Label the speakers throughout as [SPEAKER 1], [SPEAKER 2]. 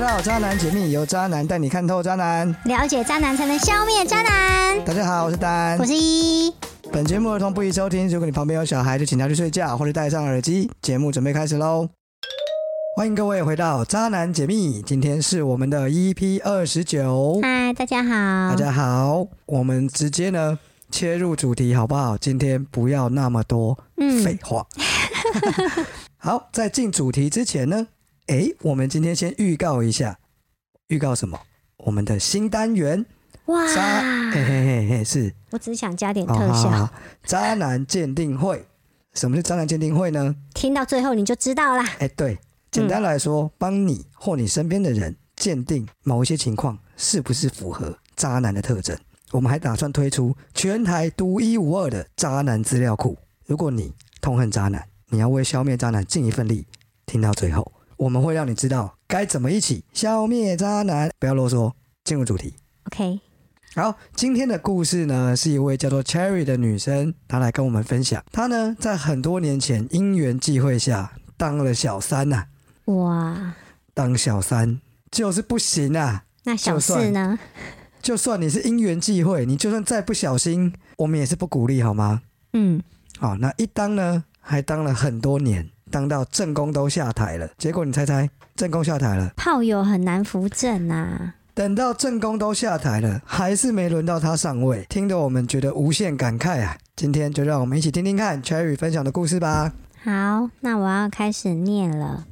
[SPEAKER 1] 到《渣男解密》，由渣男带你看透渣男。
[SPEAKER 2] 了解渣男才能消灭渣男。
[SPEAKER 1] 大家好，我是丹
[SPEAKER 2] 我。是一，
[SPEAKER 1] 本节目儿童不宜收听，如果你旁边有小孩，就请他去睡觉或者戴上耳机。节目准备开始喽！欢迎各位回到《渣男解密》，今天是我们的 EP 二十九。
[SPEAKER 2] 嗨，大家好。
[SPEAKER 1] 嗯大家好，我们直接呢切入主题好不好？今天不要那么多
[SPEAKER 2] 嗯，
[SPEAKER 1] 废话。 好，在进主题之前呢，诶，我们今天先预告一下，预告什么？我们的新单元
[SPEAKER 2] 哇
[SPEAKER 1] “渣”，
[SPEAKER 2] 啊
[SPEAKER 1] 嘿嘿嘿嘿，是
[SPEAKER 2] 我只是想加点
[SPEAKER 1] 哦
[SPEAKER 2] 特
[SPEAKER 1] 好
[SPEAKER 2] 效，
[SPEAKER 1] 好好渣男鉴定会。什么是渣男鉴定会呢？
[SPEAKER 2] 听到最后你就知道啦。
[SPEAKER 1] 诶，对，简单来说，帮你或你身边的人鉴定某一些情况是不是符合渣男的特征。我们还打算推出全台独一无二的渣男资料库。如果你痛恨渣男，你要为消灭渣男尽一份力，听到最后，我们会让你知道该怎么一起消灭渣男。不要啰嗦，进入主题。
[SPEAKER 2] OK，
[SPEAKER 1] 好，今天的故事呢，是一位叫做 Cherry 的女生，她来跟我们分享，她呢在很多年前因缘际会下当了小三呐、
[SPEAKER 2] 哇，
[SPEAKER 1] 当小三就是不行啊！
[SPEAKER 2] 那小
[SPEAKER 1] 就
[SPEAKER 2] 四
[SPEAKER 1] 算
[SPEAKER 2] 呢？
[SPEAKER 1] 就算你是因缘际会，你就算再不小心，我们也是不鼓励好吗？
[SPEAKER 2] 嗯，
[SPEAKER 1] 好、那一当呢，还当了很多年，当到正宫都下台了。结果你猜猜，正宫下台了，
[SPEAKER 2] 炮友很难扶正啊。
[SPEAKER 1] 等到正宫都下台了，还是没轮到他上位，听得我们觉得无限感慨啊！今天就让我们一起听听看 Cherry 分享的故事吧。
[SPEAKER 2] 好，那我要开始念了。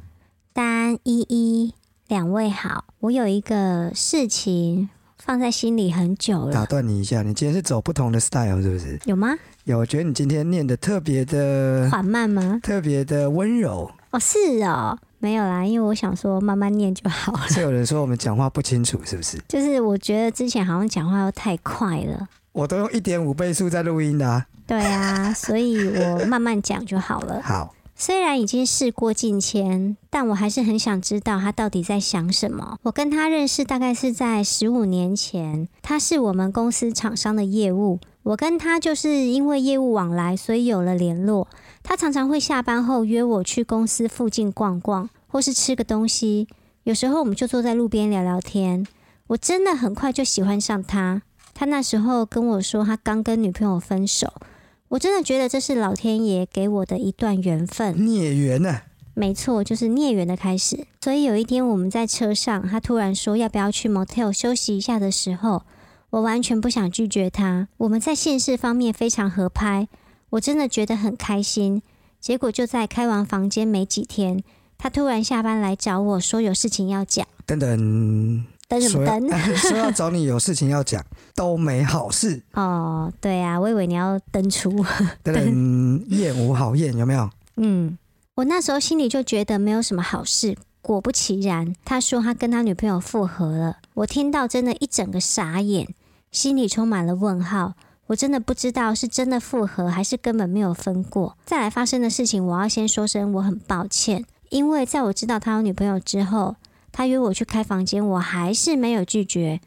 [SPEAKER 2] 单一一，两位好，我有一个事情放在心里很久
[SPEAKER 1] 打
[SPEAKER 2] 了，
[SPEAKER 1] 断你一下，你今天是走不同的 style 是不是？
[SPEAKER 2] 有吗？
[SPEAKER 1] 有，我觉得你今天念的特别的、
[SPEAKER 2] 缓慢吗？
[SPEAKER 1] 特别的温柔。
[SPEAKER 2] 哦，是哦，没有啦，因为我想说慢慢念就好了。
[SPEAKER 1] 是有人说我们讲话不清楚，是不是？
[SPEAKER 2] 就是我觉得之前好像讲话又太快了，
[SPEAKER 1] 我都用一点五倍速在录音的、啊。
[SPEAKER 2] 对啊，所以我慢慢讲就好了。
[SPEAKER 1] 好，
[SPEAKER 2] 虽然已经事过境迁，但我还是很想知道他到底在想什么。我跟他认识大概是在十五年前，他是我们公司厂商的业务，我跟他就是因为业务往来，所以有了联络。他常常会下班后约我去公司附近逛逛，或是吃个东西。有时候我们就坐在路边聊聊天。我真的很快就喜欢上他。他那时候跟我说，他刚跟女朋友分手。我真的觉得这是老天爷给我的一段缘分。
[SPEAKER 1] 孽缘啊呢、
[SPEAKER 2] 没错，就是孽缘的开始。所以有一天我们在车上，他突然说要不要去 motel 休息一下的时候，我完全不想拒绝他。我们在现实方面非常合拍，我真的觉得很开心。结果就在开完房间没几天，他突然下班来找我说有事情要讲，
[SPEAKER 1] 等等，
[SPEAKER 2] 等什
[SPEAKER 1] 说
[SPEAKER 2] 么
[SPEAKER 1] 要
[SPEAKER 2] 等？
[SPEAKER 1] 说要找你有事情要讲，都没好事。
[SPEAKER 2] 哦，对啊，我以为你要登出。
[SPEAKER 1] 等 等，燕无好燕，有没有？
[SPEAKER 2] 嗯，我那时候心里就觉得没有什么好事。果不其然，他说他跟他女朋友复合了。我听到真的一整个傻眼，心里充满了问号。我真的不知道是真的复合，还是根本没有分过。再来发生的事情，我要先说声我很抱歉，因为在我知道他有女朋友之后，他约我去开房间，我还是没有拒绝，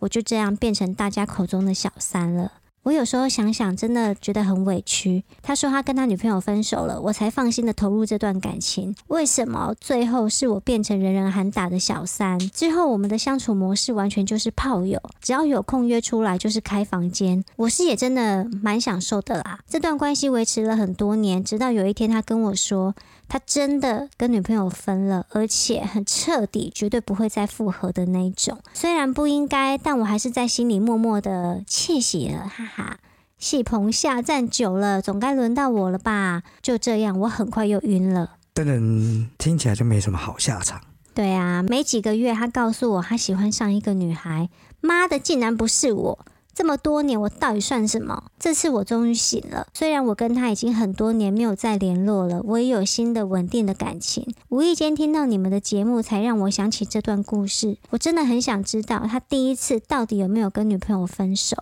[SPEAKER 2] 我就这样变成大家口中的小三了。我有时候想想，真的觉得很委屈。他说他跟他女朋友分手了，我才放心的投入这段感情。为什么最后是我变成人人喊打的小三？之后我们的相处模式完全就是炮友，只要有空约出来就是开房间。我是也真的蛮享受的啦。这段关系维持了很多年，直到有一天他跟我说，他真的跟女朋友分了，而且很彻底，绝对不会再复合的那一种。虽然不应该，但我还是在心里默默的窃喜了，哈哈。戏棚下站久了，总该轮到我了吧？就这样，我很快又晕了。
[SPEAKER 1] 等等，听起来就没什么好下场。
[SPEAKER 2] 对啊，没几个月，他告诉我他喜欢上一个女孩，妈的，竟然不是我！这么多年，我到底算什么？这次我终于醒了。虽然我跟他已经很多年没有再联络了，我也有新的稳定的感情。无意间听到你们的节目，才让我想起这段故事。我真的很想知道他第一次到底有没有跟女朋友分手。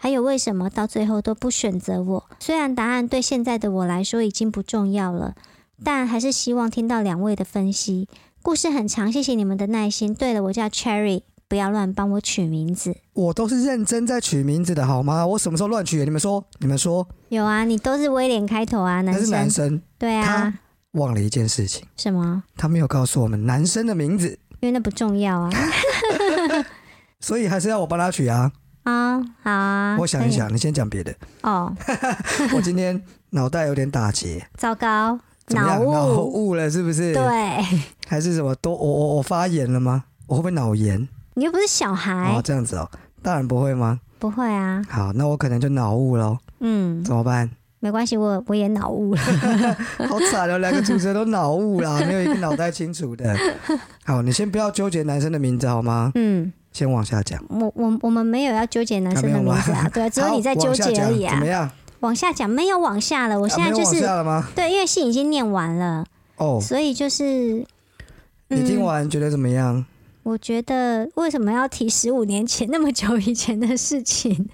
[SPEAKER 2] 还有为什么到最后都不选择我？虽然答案对现在的我来说已经不重要了，但还是希望听到两位的分析。故事很长，谢谢你们的耐心。对了，我叫 Cherry，不要乱帮我取名字。
[SPEAKER 1] 我都是认真在取名字的好吗？我什么时候乱取？你们说，你们说，
[SPEAKER 2] 有啊，你都是威廉开头啊，
[SPEAKER 1] 那
[SPEAKER 2] 男
[SPEAKER 1] 是
[SPEAKER 2] 生。
[SPEAKER 1] 男生
[SPEAKER 2] 对啊，
[SPEAKER 1] 忘了一件事情，
[SPEAKER 2] 什么？
[SPEAKER 1] 他没有告诉我们男生的名字。
[SPEAKER 2] 因为那不重要 啊。
[SPEAKER 1] 所以还是要我帮他取啊。
[SPEAKER 2] 啊，好啊，
[SPEAKER 1] 我想
[SPEAKER 2] 可
[SPEAKER 1] 一
[SPEAKER 2] 以
[SPEAKER 1] 想，你先讲 别的。
[SPEAKER 2] 哦，
[SPEAKER 1] 我今天脑袋有点打结，
[SPEAKER 2] 糟糕，
[SPEAKER 1] 怎么样？脑
[SPEAKER 2] 雾，
[SPEAKER 1] 雾了是不是？
[SPEAKER 2] 对，
[SPEAKER 1] 还是什么？都我我我发炎了吗？我会不会脑炎？
[SPEAKER 2] 你又不是小孩，
[SPEAKER 1] 哦，这样子哦，当然不会吗？
[SPEAKER 2] 不会啊，
[SPEAKER 1] 好，那我可能就脑雾喽，
[SPEAKER 2] 嗯，
[SPEAKER 1] 怎么办？
[SPEAKER 2] 没关系，我我也脑 雾了，
[SPEAKER 1] 好惨哦，两个主持人都脑雾 啦，没有一个脑袋清楚的。好，你先不要纠结男生的名字好吗？
[SPEAKER 2] 嗯，
[SPEAKER 1] 先往下讲。
[SPEAKER 2] 我我我们没有要纠结男生的名字
[SPEAKER 1] 啊没有
[SPEAKER 2] 啊，对啊，只有你在
[SPEAKER 1] 好
[SPEAKER 2] 纠
[SPEAKER 1] 往下
[SPEAKER 2] 结而
[SPEAKER 1] 讲
[SPEAKER 2] 已
[SPEAKER 1] 怎
[SPEAKER 2] 啊
[SPEAKER 1] 么。样？
[SPEAKER 2] 往下讲没有往下了，我
[SPEAKER 1] 我
[SPEAKER 2] 现在就
[SPEAKER 1] 没有往
[SPEAKER 2] 是、
[SPEAKER 1] 下了吗？
[SPEAKER 2] 对，因为信已经念完了，
[SPEAKER 1] 哦，
[SPEAKER 2] 所以就是。
[SPEAKER 1] 你听
[SPEAKER 2] 嗯
[SPEAKER 1] 完觉得怎么样？
[SPEAKER 2] 我觉得为什么要提十五年前那么久以前的事情？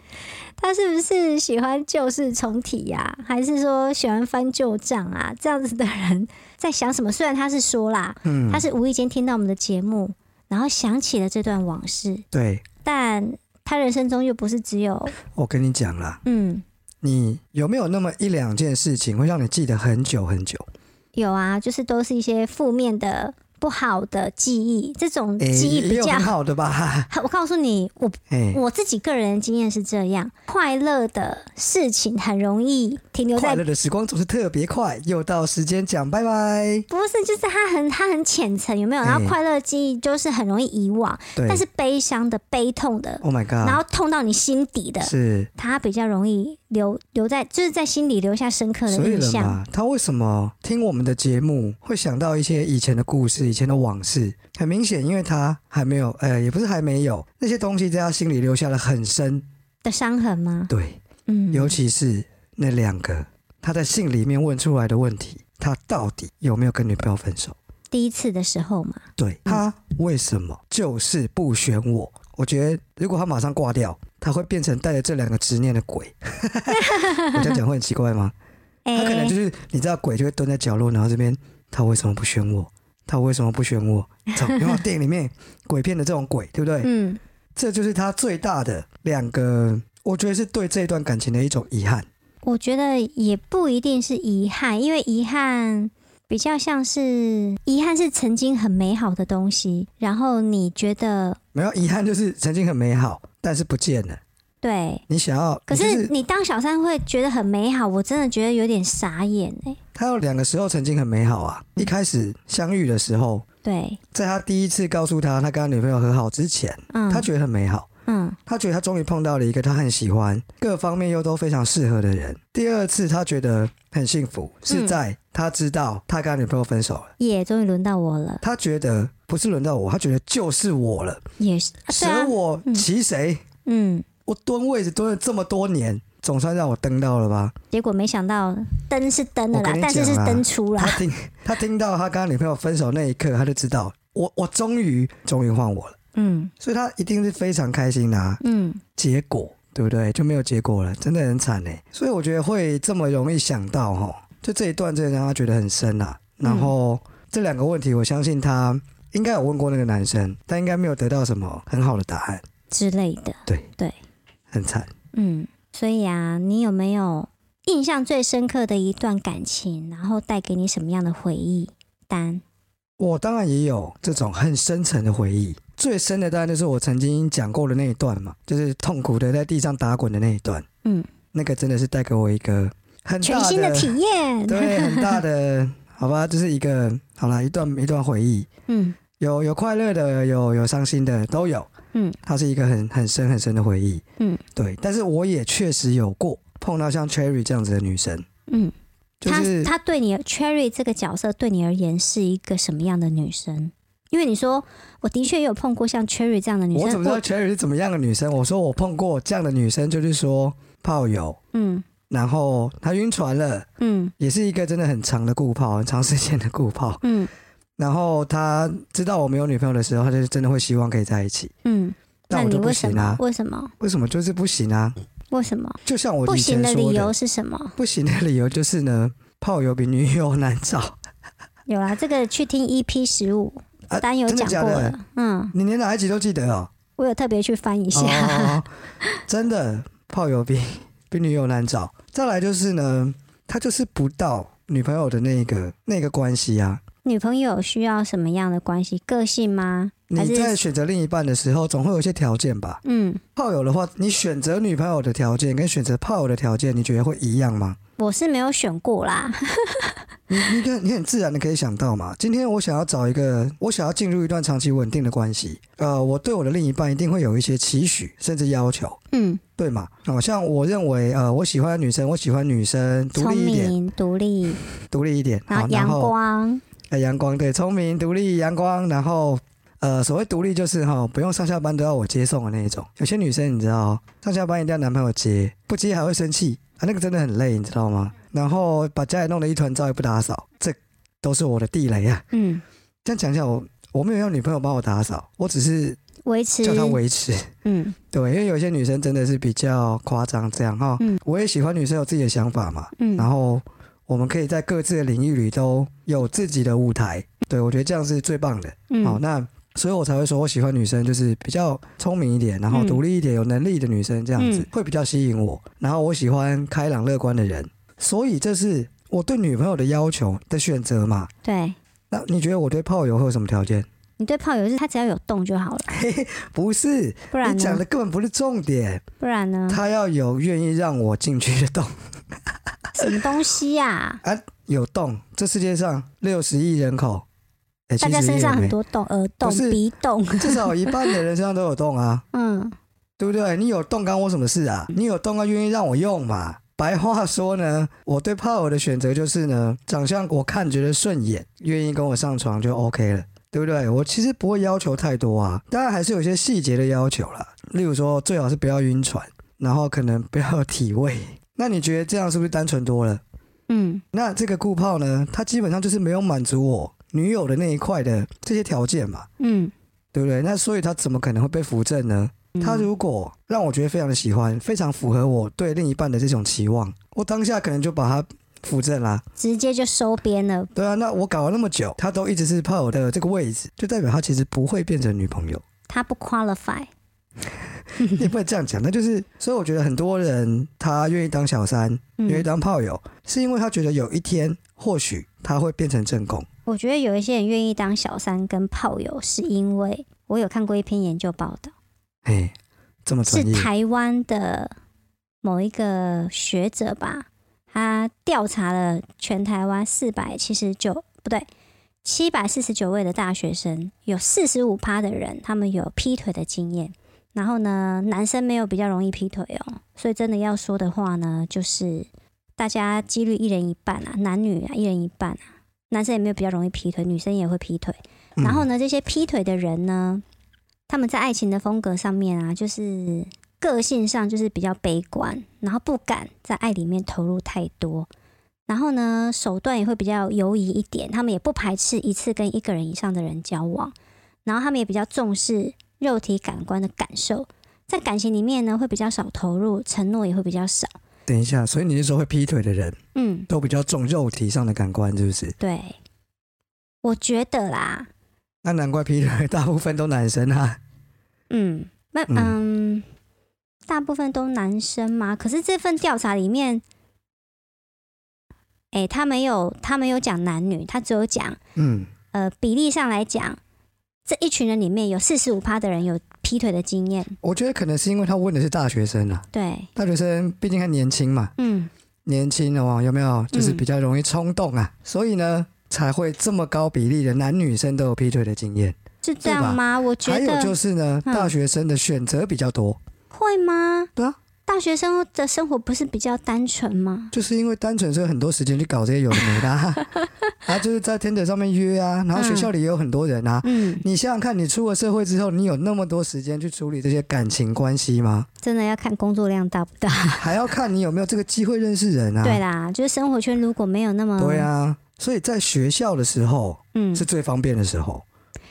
[SPEAKER 2] 他是不是喜欢旧事重提呀、还是说喜欢翻旧账啊？这样子的人在想什么？虽然他是说啦，
[SPEAKER 1] 嗯
[SPEAKER 2] 他，是无意间听到我们的节目，然后想起了这段往事，
[SPEAKER 1] 对，
[SPEAKER 2] 但他人生中又不是只有
[SPEAKER 1] 我跟你讲啦，
[SPEAKER 2] 嗯
[SPEAKER 1] 你有没有那么一两件事情会让你记得很久很久？
[SPEAKER 2] 有啊，就是都是一些负面的、不好的记忆，这种
[SPEAKER 1] 诶
[SPEAKER 2] 记忆
[SPEAKER 1] 也
[SPEAKER 2] 比
[SPEAKER 1] 有
[SPEAKER 2] 较
[SPEAKER 1] 很。好的吧？
[SPEAKER 2] 我告诉你，我
[SPEAKER 1] 哎、
[SPEAKER 2] 我自己个人的经验是这样，快乐的事情很容易停留
[SPEAKER 1] 快
[SPEAKER 2] 在
[SPEAKER 1] 乐，的时光总是特别快，又到时间讲拜拜。
[SPEAKER 2] 不是就是它很它很浅层，有没有？然后
[SPEAKER 1] 哎
[SPEAKER 2] 快乐的记忆就是很容易遗忘，
[SPEAKER 1] 对，
[SPEAKER 2] 但是悲伤的、悲痛的，
[SPEAKER 1] Oh my God，
[SPEAKER 2] 然后痛到你心底的，
[SPEAKER 1] 是，
[SPEAKER 2] 它比较容易留留在，就是在心里留下深刻的
[SPEAKER 1] 所以
[SPEAKER 2] 印
[SPEAKER 1] 了
[SPEAKER 2] 象。
[SPEAKER 1] 嘛，他为什么听我们的节目会想到一些以前的故事、以前的往事？很明显，因为他还没有，呃，也不是还没有，那些东西在他心里留下了很深。
[SPEAKER 2] 的伤痕吗？
[SPEAKER 1] 对，
[SPEAKER 2] 嗯，
[SPEAKER 1] 尤其是那两个他在信里面问出来的问题，他到底有没有跟女朋友分手？
[SPEAKER 2] 第一次的时候嘛，
[SPEAKER 1] 对他为什么就是不选我？我觉得如果他马上挂掉，他会变成带着这两个执念的鬼。 我这样讲会很奇怪吗？
[SPEAKER 2] 哎、
[SPEAKER 1] 他可能就是你知道，鬼就会蹲在角落，然后这边他为什么不选我？他为什么不选我？操，有没有电影里面鬼片的这种鬼，对不对？
[SPEAKER 2] 嗯，
[SPEAKER 1] 这就是他最大的两个，我觉得是对这一段感情的一种遗憾。
[SPEAKER 2] 我觉得也不一定是遗憾，因为遗憾比较像是呃遗憾是曾经很美好的东西，然后你觉得
[SPEAKER 1] 没有遗憾，就是曾经很美好，但是不见了。
[SPEAKER 2] 对，
[SPEAKER 1] 你想要，
[SPEAKER 2] 可
[SPEAKER 1] 你就是是
[SPEAKER 2] 你当小三会觉得很美好，我真的觉得有点傻眼哎、
[SPEAKER 1] 他有两个时候曾经很美好啊。一开始相遇的时候，
[SPEAKER 2] 对，
[SPEAKER 1] 在他第一次告诉他他跟他女朋友和好之前，
[SPEAKER 2] 嗯，
[SPEAKER 1] 他觉得很美好。
[SPEAKER 2] 嗯
[SPEAKER 1] 他觉得他终于碰到了一个他很喜欢、各方面又都非常适合的人。第二次他觉得很幸福，
[SPEAKER 2] 嗯
[SPEAKER 1] 是在他知道他跟他女朋友分手了。
[SPEAKER 2] 也终于轮到我了，
[SPEAKER 1] 他觉得不是轮到我，他觉得就是我了，
[SPEAKER 2] 也是，啊对
[SPEAKER 1] 舍
[SPEAKER 2] 啊，
[SPEAKER 1] 我
[SPEAKER 2] 嗯
[SPEAKER 1] 其谁？
[SPEAKER 2] 嗯，
[SPEAKER 1] 我蹲位置蹲了这么多年，总算让我登到了吧？
[SPEAKER 2] 结果没想到灯是灯了
[SPEAKER 1] 我
[SPEAKER 2] 啦
[SPEAKER 1] 跟，你
[SPEAKER 2] 但是是
[SPEAKER 1] 讲啊
[SPEAKER 2] 灯出啦
[SPEAKER 1] 他，听他听到他跟他女朋友分手那一刻，他就知道我我终于终于换我了，
[SPEAKER 2] 嗯
[SPEAKER 1] 所以他一定是非常开心的、啊。
[SPEAKER 2] 嗯，
[SPEAKER 1] 结果，对不对？就没有结果了，真的很惨哎。所以我觉得会这么容易想到哈，就这一段真的让他觉得很深啊。然后、这两个问题，我相信他应该有问过那个男生，但应该没有得到什么很好的答案，
[SPEAKER 2] 之类的，
[SPEAKER 1] 很惨。
[SPEAKER 2] 嗯，所以啊，你有没有印象最深刻的一段感情，然后带给你什么样的回忆？丹，
[SPEAKER 1] 我当然也有这种很深层的回忆，最深的当然就是我曾经讲过的那一段嘛，就是痛苦的在地上打滚的那一段。
[SPEAKER 2] 嗯，
[SPEAKER 1] 那个真的是带给我一个很大
[SPEAKER 2] 全新的体验，
[SPEAKER 1] 对，很大的，好吧，就是一个好啦，一段一段回忆。
[SPEAKER 2] 嗯
[SPEAKER 1] 有有快乐的，有有伤心的，都有。
[SPEAKER 2] 嗯
[SPEAKER 1] 它是一个很很深很深的回忆。
[SPEAKER 2] 嗯，
[SPEAKER 1] 对。但是我也确实有过碰到像 Cherry 这样子的女生，
[SPEAKER 2] 嗯，
[SPEAKER 1] 就是
[SPEAKER 2] 她她对你 Cherry 这个角色对你而言是一个什么样的女生？因为你说我的确也有碰过像 Cherry 这样的女
[SPEAKER 1] 我怎
[SPEAKER 2] 生，
[SPEAKER 1] 么知道 Cherry 是怎么样的女生？我说我碰过这样的女生，就是说炮友，
[SPEAKER 2] 嗯
[SPEAKER 1] 然后她晕船了，
[SPEAKER 2] 嗯
[SPEAKER 1] 也是一个真的很长的顾炮，很长时间的顾炮。
[SPEAKER 2] 嗯
[SPEAKER 1] 然后她知道我没有女朋友的时候，她就真的会希望可以在一起，
[SPEAKER 2] 嗯，那
[SPEAKER 1] 但我
[SPEAKER 2] 你
[SPEAKER 1] 就不
[SPEAKER 2] 为什
[SPEAKER 1] 行
[SPEAKER 2] 么
[SPEAKER 1] 啊？。
[SPEAKER 2] 为什么？
[SPEAKER 1] 为什么就是不行啊？
[SPEAKER 2] 为什么
[SPEAKER 1] 就像我
[SPEAKER 2] 不
[SPEAKER 1] 以
[SPEAKER 2] 行
[SPEAKER 1] 前
[SPEAKER 2] 的
[SPEAKER 1] 说
[SPEAKER 2] 理
[SPEAKER 1] 的
[SPEAKER 2] 由，是什么？
[SPEAKER 1] 不行的理由就是呢，炮友比女友难找。
[SPEAKER 2] 有啦，这个去听 EP 十五、
[SPEAKER 1] 啊
[SPEAKER 2] 丹有
[SPEAKER 1] 真的
[SPEAKER 2] 讲
[SPEAKER 1] 假
[SPEAKER 2] 过
[SPEAKER 1] 的
[SPEAKER 2] 了，嗯，
[SPEAKER 1] 你连哪一集都记得哦？
[SPEAKER 2] 我有特别去翻一下，
[SPEAKER 1] 哦，真的炮友比比女友难找。再来就是呢，他就是不到女朋友的那个那个关系啊，
[SPEAKER 2] 女朋友需要什么样的关系？个性吗？还
[SPEAKER 1] 你
[SPEAKER 2] 是
[SPEAKER 1] 在选择另一半的时候，总会有一些条件吧？
[SPEAKER 2] 嗯，
[SPEAKER 1] 炮友的话，你选择女朋友的条件跟选择炮友的条件，你觉得会一样吗？
[SPEAKER 2] 我是没有选过啦。
[SPEAKER 1] 你你看，你很自然的可以想到嘛。今天我想要找一个，我想要进入一段长期稳定的关系，呃，我对我的另一半一定会有一些期许，甚至要求，
[SPEAKER 2] 嗯，
[SPEAKER 1] 对嘛？好、像我认为，呃，我喜欢的女生，我喜欢女生独
[SPEAKER 2] 聪
[SPEAKER 1] 立一点，
[SPEAKER 2] 明、独立，
[SPEAKER 1] 独立一点，
[SPEAKER 2] 然
[SPEAKER 1] 好
[SPEAKER 2] 后，阳
[SPEAKER 1] 然后
[SPEAKER 2] 光，
[SPEAKER 1] 呃阳光，对，聪明、独立、阳光，然后。呃，所谓独立就是哈，不用上下班都要我接送的那一种。有些女生你知道，上下班一定要男朋友接，不接还会生气啊，那个真的很累，你知道吗？然后把家里弄得一团糟，也不打扫，这都是我的地雷啊。
[SPEAKER 2] 嗯，
[SPEAKER 1] 这样讲一下，我我没有要女朋友帮我打扫，我只是
[SPEAKER 2] 维持，
[SPEAKER 1] 叫她维持。
[SPEAKER 2] 嗯
[SPEAKER 1] 对，因为有些女生真的是比较夸张，这样哈。
[SPEAKER 2] 嗯
[SPEAKER 1] 我也喜欢女生有自己的想法嘛，
[SPEAKER 2] 嗯，
[SPEAKER 1] 然后我们可以在各自的领域里都有自己的舞台。对，我觉得这样是最棒的。
[SPEAKER 2] 嗯
[SPEAKER 1] 好，那所以我才会说我喜欢女生就是比较聪明一点，然后
[SPEAKER 2] 嗯
[SPEAKER 1] 独立一点、有能力的女生，这样子、
[SPEAKER 2] 嗯
[SPEAKER 1] 会比较吸引我。然后我喜欢开朗乐观的人，所以这是我对女朋友的要求的选择嘛。
[SPEAKER 2] 对
[SPEAKER 1] 那你觉得我对炮友会有什么条件？
[SPEAKER 2] 你对炮友是他只要有动就好 了，
[SPEAKER 1] 不是，
[SPEAKER 2] 不然
[SPEAKER 1] 你讲的
[SPEAKER 2] 呢？
[SPEAKER 1] 根本不是重点，
[SPEAKER 2] 不然呢？
[SPEAKER 1] 他要有愿意让我进去的洞，
[SPEAKER 2] 什么东西啊 呀？
[SPEAKER 1] 有洞。这世界上六十亿人口，哎、
[SPEAKER 2] 大
[SPEAKER 1] 70
[SPEAKER 2] 家身上
[SPEAKER 1] 亿人
[SPEAKER 2] 很
[SPEAKER 1] 没
[SPEAKER 2] 多洞，耳洞
[SPEAKER 1] 不、是
[SPEAKER 2] 鼻 洞，
[SPEAKER 1] 至少一半的人身上都有洞啊，
[SPEAKER 2] 嗯，
[SPEAKER 1] 对不对？你有洞干我什么事啊？你有洞要愿意让我用嘛。白话说呢，我对炮友的选择就是呢，长相我看觉得顺眼，愿意跟我上床就 OK 了，对不对？我其实不会要求太多啊，当然还是有一些细节的要求啦，例如说最好是不要晕船，然后可能不要有体味。 那你觉得这样是不是单纯多了？
[SPEAKER 2] 嗯
[SPEAKER 1] 那这个顾炮呢，他基本上就是没有满足我女友的那一块的这些条件嘛，
[SPEAKER 2] 嗯，
[SPEAKER 1] 对不对？那所以他怎么可能会被扶正呢？
[SPEAKER 2] 嗯
[SPEAKER 1] 他如果让我觉得非常的喜欢，非常符合我对另一半的这种期望，我当下可能就把他扶正啦。
[SPEAKER 2] 直接就收编了，
[SPEAKER 1] 对啊，那我搞了那么久，他都一直是炮友的这个位置，就代表他其实不会变成女 朋友。
[SPEAKER 2] 他不 qualify，
[SPEAKER 1] 也不能这样讲，那就是，所以我觉得很多人他愿意当小三，愿意
[SPEAKER 2] 嗯，
[SPEAKER 1] 当炮友，是因为他觉得有一天或许他会变成正宫。
[SPEAKER 2] 我觉得有一些人愿意当小三跟炮友，是因为我有看过一篇研究报道，
[SPEAKER 1] 哎，这么
[SPEAKER 2] 是
[SPEAKER 1] 专业，
[SPEAKER 2] 台湾的某一个学者吧，他调查了全台湾四百七十九不对。七百四十九位的大学生，有四十五趴的人，他们有劈腿的经验。然后呢，男生没有比较容易劈腿哦。所以真的要说的话呢，就是大家几率一人一半啊，男女啊一人一半啊。男生也没有比较容易劈腿，女生也会劈腿。
[SPEAKER 1] 嗯
[SPEAKER 2] 然后呢，这些劈腿的人呢，他们在爱情的风格上面啊，就是个性上就是比较悲观，然后不敢在爱里面投入太多，然后呢，手段也会比较犹疑一点，他们也不排斥一次跟一个人以上的人交往，然后他们也比较重视肉体感官的感受，在感情里面呢，会比较少投入，承诺也会比较少。
[SPEAKER 1] 等一下，所以你是说会劈腿的人
[SPEAKER 2] 嗯，
[SPEAKER 1] 都比较重肉体上的感官，是不是？
[SPEAKER 2] 对，我觉得啦，
[SPEAKER 1] 那难怪劈腿 大部分都男生啊。
[SPEAKER 2] 嗯，那嗯大部分都男生嘛。可是这份调查里面，哎、他没有他没有讲男女，他只有讲
[SPEAKER 1] 嗯，
[SPEAKER 2] 呃比例上来讲，这一群人里面有四十五趴的人有劈腿的经验。
[SPEAKER 1] 我觉得可能是因为他问的是大学生啊，
[SPEAKER 2] 对，
[SPEAKER 1] 大学生毕竟还年轻嘛，
[SPEAKER 2] 嗯
[SPEAKER 1] 年轻的话有没有就是比较容易冲动啊，所以呢才会这么高比例的男女生都有劈腿的经验。
[SPEAKER 2] 是这样吗？我觉
[SPEAKER 1] 还有
[SPEAKER 2] 得、
[SPEAKER 1] 就是呢，
[SPEAKER 2] 嗯
[SPEAKER 1] 大学生的选择比较多，
[SPEAKER 2] 会吗？
[SPEAKER 1] 对啊。
[SPEAKER 2] 大学生的生活不是比较单纯吗？
[SPEAKER 1] 就是因为单纯所以很多时间去搞这些有的没的、 啊，啊就是在 Tinder 上面约啊，然后学校里也有很多人啊。
[SPEAKER 2] 嗯，
[SPEAKER 1] 你想想看，你出了社会之后，你有那么多时间去处理这些感情关系吗？
[SPEAKER 2] 真的要看工作量大不大。
[SPEAKER 1] 还要看你有没有这个机会认识人啊。
[SPEAKER 2] 对啦，就是生活圈如果没有那么
[SPEAKER 1] 对，啊，所以在学校的时候
[SPEAKER 2] 嗯，
[SPEAKER 1] 是最方便的时候。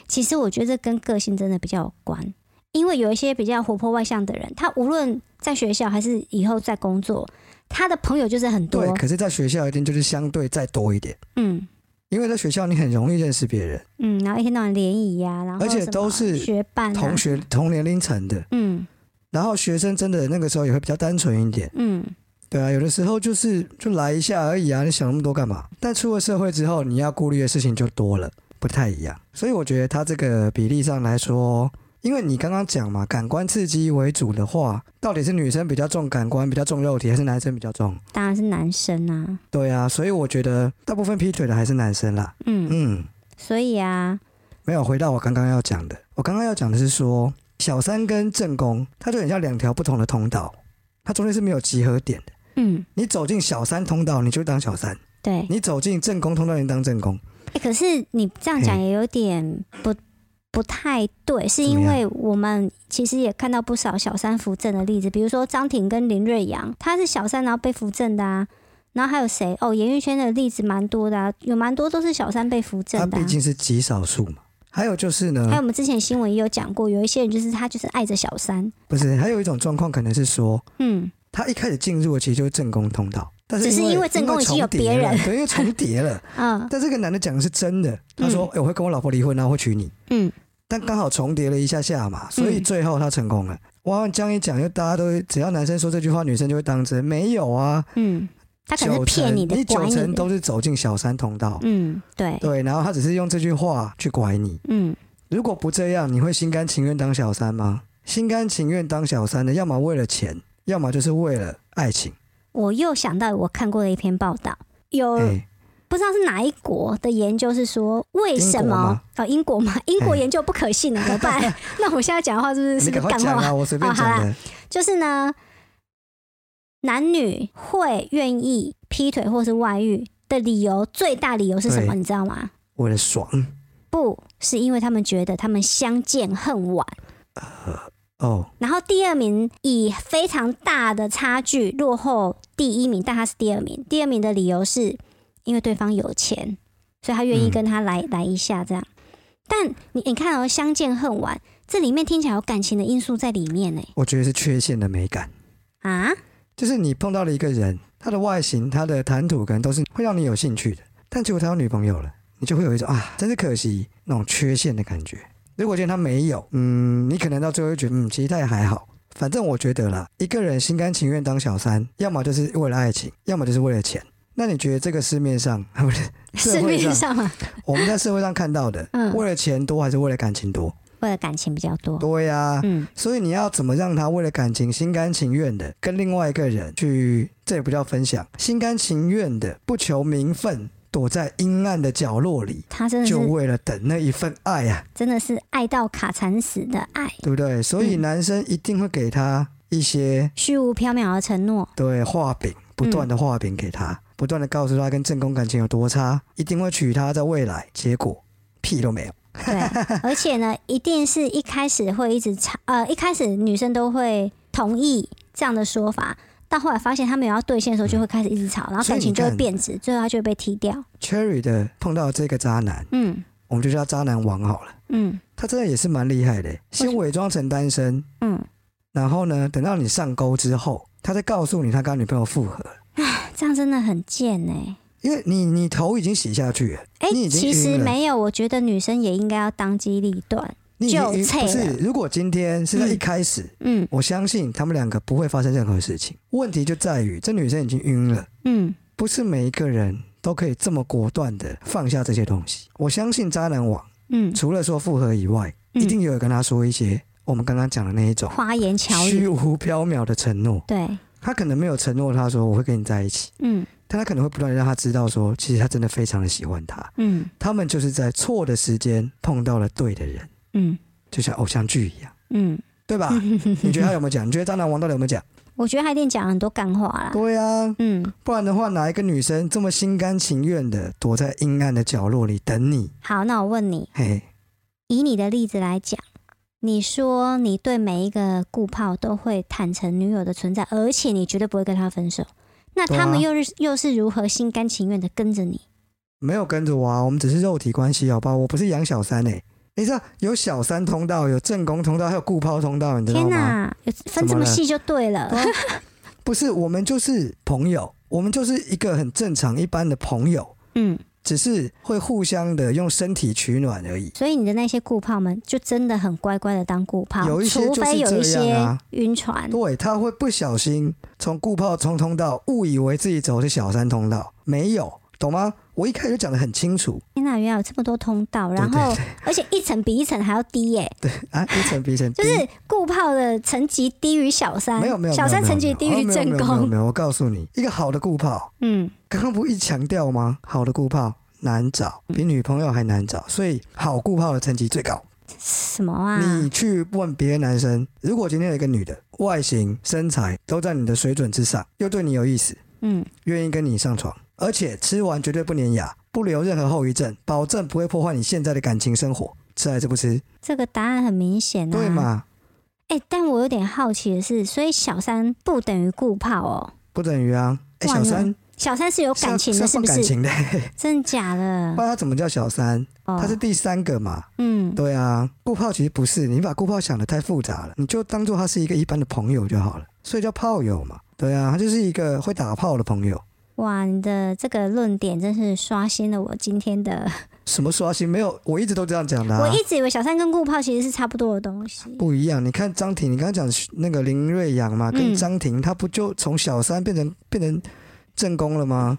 [SPEAKER 2] 其实我觉得这跟个性真的比较有关，因为有一些比较活泼外向的人，他无论在学校还是以后在工作，他的朋友就是很多
[SPEAKER 1] 对，。可是在学校一定就是相对再多一点，
[SPEAKER 2] 嗯
[SPEAKER 1] 因为在学校你很容易认识别人，
[SPEAKER 2] 嗯，然后一天到晚联谊呀，然后
[SPEAKER 1] 而且
[SPEAKER 2] 什么
[SPEAKER 1] 都是
[SPEAKER 2] 学伴、啊、
[SPEAKER 1] 同。学同年龄层的，
[SPEAKER 2] 嗯
[SPEAKER 1] 然后学生真的那个时候也会比较单纯一点。
[SPEAKER 2] 嗯，
[SPEAKER 1] 对啊，有的时候就是就来一下而已啊，你想那么多干嘛？但出了社会之后，你要顾虑的事情就多了。不太一样。所以我觉得它这个比例上来说，因为你刚刚讲嘛，感官刺激为主的话，到底是女生比较重感官，比较重肉体，还是男生比较重？
[SPEAKER 2] 当然是男生啊，
[SPEAKER 1] 对啊，所以我觉得大部分劈腿的还是男生啦。
[SPEAKER 2] 嗯，
[SPEAKER 1] 嗯，
[SPEAKER 2] 所以啊，
[SPEAKER 1] 没有回到我刚刚要讲的，我刚刚要讲的是说，小三跟正宫，它就很像两条不同的通道，它中间是没有集合点的。
[SPEAKER 2] 嗯，
[SPEAKER 1] 你走进小三通道，你就当小三；
[SPEAKER 2] 对。
[SPEAKER 1] 你走进正宫通道，你当正宫。
[SPEAKER 2] 欸可是你这样讲也有点不不太对，是因为我们其实也看到不少小三扶正的例子，比如说张庭跟林瑞阳，他是小三然后被扶正的啊。然后还有谁？哦，演艺圈的例子蛮多的啊，有蛮多都是小三被扶
[SPEAKER 1] 它
[SPEAKER 2] 正的、啊
[SPEAKER 1] 毕。竟是极少数嘛。还有就是
[SPEAKER 2] 还有
[SPEAKER 1] 呢，
[SPEAKER 2] 我们之前新闻也有讲过，有一些人就是他就是爱着小三，
[SPEAKER 1] 不是还有一种状况，可能是说
[SPEAKER 2] 嗯，
[SPEAKER 1] 他一开始进入的其实就是正宫通道，但是
[SPEAKER 2] 只是
[SPEAKER 1] 因
[SPEAKER 2] 因为正宫已经有
[SPEAKER 1] 重叠
[SPEAKER 2] 别
[SPEAKER 1] 了
[SPEAKER 2] 人
[SPEAKER 1] 对，因为重叠了。
[SPEAKER 2] 啊，
[SPEAKER 1] 但这个男的讲的是真的，他说：“欸我会跟我老婆离婚，然后会娶你。
[SPEAKER 2] 嗯，”
[SPEAKER 1] 但刚好重叠了一下下嘛，所以
[SPEAKER 2] 嗯
[SPEAKER 1] 最后他成功了。哇，这样一讲，就大家都只要男生说这句话，女生就会当真。没有啊，
[SPEAKER 2] 嗯，他可能
[SPEAKER 1] 九
[SPEAKER 2] 是
[SPEAKER 1] 成
[SPEAKER 2] 骗你的，拐
[SPEAKER 1] 九
[SPEAKER 2] 你
[SPEAKER 1] 成
[SPEAKER 2] 的，
[SPEAKER 1] 都是走进小三通道。
[SPEAKER 2] 嗯，对，
[SPEAKER 1] 对，然后他只是用这句话去拐你。
[SPEAKER 2] 嗯，
[SPEAKER 1] 如果不这样，你会心甘情愿当小三吗？心甘情愿当小三的，要么为了钱，要么就是为了爱情。
[SPEAKER 2] 我又想到我看过的一篇报道，有
[SPEAKER 1] 哎、
[SPEAKER 2] 不知道是哪一国的研究是说为
[SPEAKER 1] 英
[SPEAKER 2] 什
[SPEAKER 1] 国
[SPEAKER 2] 么
[SPEAKER 1] 吗
[SPEAKER 2] 哦英国嘛，英国
[SPEAKER 1] 哎
[SPEAKER 2] 研究不可信的，怎 么办？那我现在讲的话是不是
[SPEAKER 1] 你
[SPEAKER 2] 是
[SPEAKER 1] 赶
[SPEAKER 2] 个
[SPEAKER 1] 快
[SPEAKER 2] 干
[SPEAKER 1] 讲
[SPEAKER 2] 话？
[SPEAKER 1] 啊，我随便讲的。
[SPEAKER 2] 就是呢，男女会愿意劈腿或是外遇的理由，最大理由是什么？
[SPEAKER 1] 对
[SPEAKER 2] 你知道吗？
[SPEAKER 1] 为了爽
[SPEAKER 2] 不是因为他们觉得他们相见恨晚。
[SPEAKER 1] 哦，
[SPEAKER 2] 然后第二名以非常大的差距落后第一名，但他是第二名。第二名的理由是因为对方有钱，所以他愿意
[SPEAKER 1] 嗯
[SPEAKER 2] 跟他来、来一下这样。但你你看哦，相见恨晚，这里面听起来有感情的因素在里面呢
[SPEAKER 1] 我觉得是缺陷的美感。
[SPEAKER 2] 啊，
[SPEAKER 1] 就是你碰到了一个人，他的外形、他的谈吐，可能都是会让你有兴趣的，但结果他有女朋友了，你就会有一种啊，真是可惜那种缺陷的感觉。如果今天他没有，嗯，你可能到最后会觉得，嗯，其实他也还好。反正我觉得啦，一个人心甘情愿当小三，要么就是为了爱情，要么就是为了钱。那你觉得这个市面上， 啊不是
[SPEAKER 2] 市
[SPEAKER 1] 社会
[SPEAKER 2] 面
[SPEAKER 1] 上
[SPEAKER 2] 上啊，
[SPEAKER 1] 我们在社会上看到的，
[SPEAKER 2] 嗯
[SPEAKER 1] 为了钱多还是为了感情多？
[SPEAKER 2] 为了感情比较多。
[SPEAKER 1] 对呀、
[SPEAKER 2] 嗯，
[SPEAKER 1] 所以你要怎么让他为了感情心甘情愿的跟另外一个人去，这也不叫分享，心甘情愿的不求名分，躲在阴暗的角落里，
[SPEAKER 2] 他真的
[SPEAKER 1] 就是为了等那一份爱啊，
[SPEAKER 2] 真的是爱到卡惨死的爱，
[SPEAKER 1] 对不对？所以
[SPEAKER 2] 嗯
[SPEAKER 1] 男生一定会给他一些
[SPEAKER 2] 虚无缥缈的承诺。
[SPEAKER 1] 对画饼，不断的画饼给他，不断的告诉他跟正宫感情有多差，一定会娶她在未来，结果屁都没有。
[SPEAKER 2] 对，而且呢，一定是一开始会一直吵，呃，一开始女生都会同意这样的说法，到后来发现他们有要兑现的时候，就会开始一直吵，然后
[SPEAKER 1] 所以
[SPEAKER 2] 感情
[SPEAKER 1] 你
[SPEAKER 2] 就会
[SPEAKER 1] 看
[SPEAKER 2] 变质，最后他就会被踢掉。
[SPEAKER 1] Cherry 的碰到这个渣男，
[SPEAKER 2] 嗯
[SPEAKER 1] 我们就叫他渣男王好了，
[SPEAKER 2] 嗯
[SPEAKER 1] 他真的也是蛮厉害的，先伪装成单身。
[SPEAKER 2] 嗯，
[SPEAKER 1] 然后呢，等到你上钩之后，他再告诉你他跟他女朋友复合，
[SPEAKER 2] 这样真的很贱呢、
[SPEAKER 1] 因为你你头已经洗下去了，
[SPEAKER 2] 哎、
[SPEAKER 1] 你已经
[SPEAKER 2] 其实
[SPEAKER 1] 晕了
[SPEAKER 2] 没有，我觉得女生也应该要当机立断。
[SPEAKER 1] 你已经
[SPEAKER 2] 就
[SPEAKER 1] 晕
[SPEAKER 2] 脆
[SPEAKER 1] 不是
[SPEAKER 2] 了？
[SPEAKER 1] 如果今天是在一
[SPEAKER 2] 嗯
[SPEAKER 1] 开始，
[SPEAKER 2] 嗯
[SPEAKER 1] 我相信他们两个不会发生任何事情。问题就在于这女生已经晕了，
[SPEAKER 2] 嗯，
[SPEAKER 1] 不是每一个人都可以这么果断的放下这些东西。我相信渣男网
[SPEAKER 2] 嗯，
[SPEAKER 1] 除了说复合以外，
[SPEAKER 2] 嗯
[SPEAKER 1] 一定有跟他说一些我们刚刚讲的那一种
[SPEAKER 2] 花言巧语，
[SPEAKER 1] 虚无缥缈的承诺。
[SPEAKER 2] 对，
[SPEAKER 1] 他可能没有承诺，他说我会跟你在一起。
[SPEAKER 2] 嗯
[SPEAKER 1] 但他可能会不断的让他知道说，其实他真的非常的喜欢他。
[SPEAKER 2] 嗯
[SPEAKER 1] 他们就是在错的时间碰到了对的人，
[SPEAKER 2] 嗯
[SPEAKER 1] 就像偶像剧一样，
[SPEAKER 2] 嗯，
[SPEAKER 1] 对 吧？你觉得他有没有讲？你觉得渣男王到底有没有讲？
[SPEAKER 2] 我觉得他一定讲了很多干话啦。
[SPEAKER 1] 对啊，
[SPEAKER 2] 嗯，
[SPEAKER 1] 不然的话，哪一个女生这么心甘情愿的躲在阴暗的角落里等你？
[SPEAKER 2] 好，那我问你，
[SPEAKER 1] 嘿，
[SPEAKER 2] 以你的例子来讲，你说你对每一个顾炮都会坦诚女友的存在，而且你绝对不会跟她分手，那
[SPEAKER 1] 对啊
[SPEAKER 2] 他们又是、又是如何心甘情愿的跟着你？
[SPEAKER 1] 没有跟着我啊，我们只是肉体关系，好吧？我不是养小三哎、你知道有小三通道，有正宫通道，还有顾抛通道，你知道
[SPEAKER 2] 天
[SPEAKER 1] 吗？
[SPEAKER 2] 哪，有分这
[SPEAKER 1] 怎么了
[SPEAKER 2] 么细就对了。
[SPEAKER 1] 对啊不是，我们就是朋友，我们就是一个很正常一般的朋友。
[SPEAKER 2] 嗯，
[SPEAKER 1] 只是会互相的用身体取暖而已。
[SPEAKER 2] 所以你的那些顾炮们就真的很乖乖的当顾炮，
[SPEAKER 1] 有一些就
[SPEAKER 2] 除
[SPEAKER 1] 是
[SPEAKER 2] 非有一
[SPEAKER 1] 这样
[SPEAKER 2] 些
[SPEAKER 1] 啊
[SPEAKER 2] 晕船。
[SPEAKER 1] 对，他会不小心从顾炮冲通道，误以为自己走的是小三通道，没有，懂吗？我一开始就讲得很清楚，
[SPEAKER 2] 天哪，原来有这么多通道，然后
[SPEAKER 1] 对
[SPEAKER 2] 而且一层比一层还要低耶、
[SPEAKER 1] 啊，一层比一层低，
[SPEAKER 2] 就是顾炮的层级低于小三，
[SPEAKER 1] 没有没有，
[SPEAKER 2] 小三
[SPEAKER 1] 没有哦
[SPEAKER 2] 层级低于正
[SPEAKER 1] 没有没有没有没有
[SPEAKER 2] 宫，
[SPEAKER 1] 没有，我告诉你，一个好的顾炮，
[SPEAKER 2] 嗯，
[SPEAKER 1] 刚刚不一强调吗？好的顾炮难找，
[SPEAKER 2] 嗯
[SPEAKER 1] 比女朋友还难找，所以好顾炮的成绩最高。
[SPEAKER 2] 什么啊
[SPEAKER 1] 你？去问别的男生，如果今天有一个女的，外形、身材都在你的水准之上，又对你有意思，
[SPEAKER 2] 嗯，
[SPEAKER 1] 愿意跟你上床，而且吃完绝对不粘牙，不留任何后遗症，保证不会破坏你现在的感情生活，吃还是不吃？
[SPEAKER 2] 这个答案很明显啊。
[SPEAKER 1] 对？嘛？
[SPEAKER 2] 哎、但我有点好奇的是，所以小三不等于顾炮哦，
[SPEAKER 1] 不等于啊。哎、
[SPEAKER 2] 哇
[SPEAKER 1] 小三
[SPEAKER 2] 小三是有感情
[SPEAKER 1] 要
[SPEAKER 2] 的，是不
[SPEAKER 1] 感
[SPEAKER 2] 是？
[SPEAKER 1] 情的，
[SPEAKER 2] 真的假的
[SPEAKER 1] 不？然他怎么叫小三？
[SPEAKER 2] 哦
[SPEAKER 1] 他是第三个嘛？
[SPEAKER 2] 嗯，
[SPEAKER 1] 对啊，顾炮其实不是，你把顾炮想的太复杂了，你就当做他是一个一般的朋友就好了，所以叫炮友嘛。对啊，他就是一个会打炮的朋友。
[SPEAKER 2] 哇，你的这个论点真是刷新了我今天的。
[SPEAKER 1] 什么刷新？没有，我一直都这样讲的、啊。
[SPEAKER 2] 我一直以为小三跟顾炮其实是差不多的东西。
[SPEAKER 1] 不一样。你看张婷，你刚刚讲那个林瑞阳嘛，跟
[SPEAKER 2] 嗯
[SPEAKER 1] 张婷，她不就从小三变成变成正宫了吗？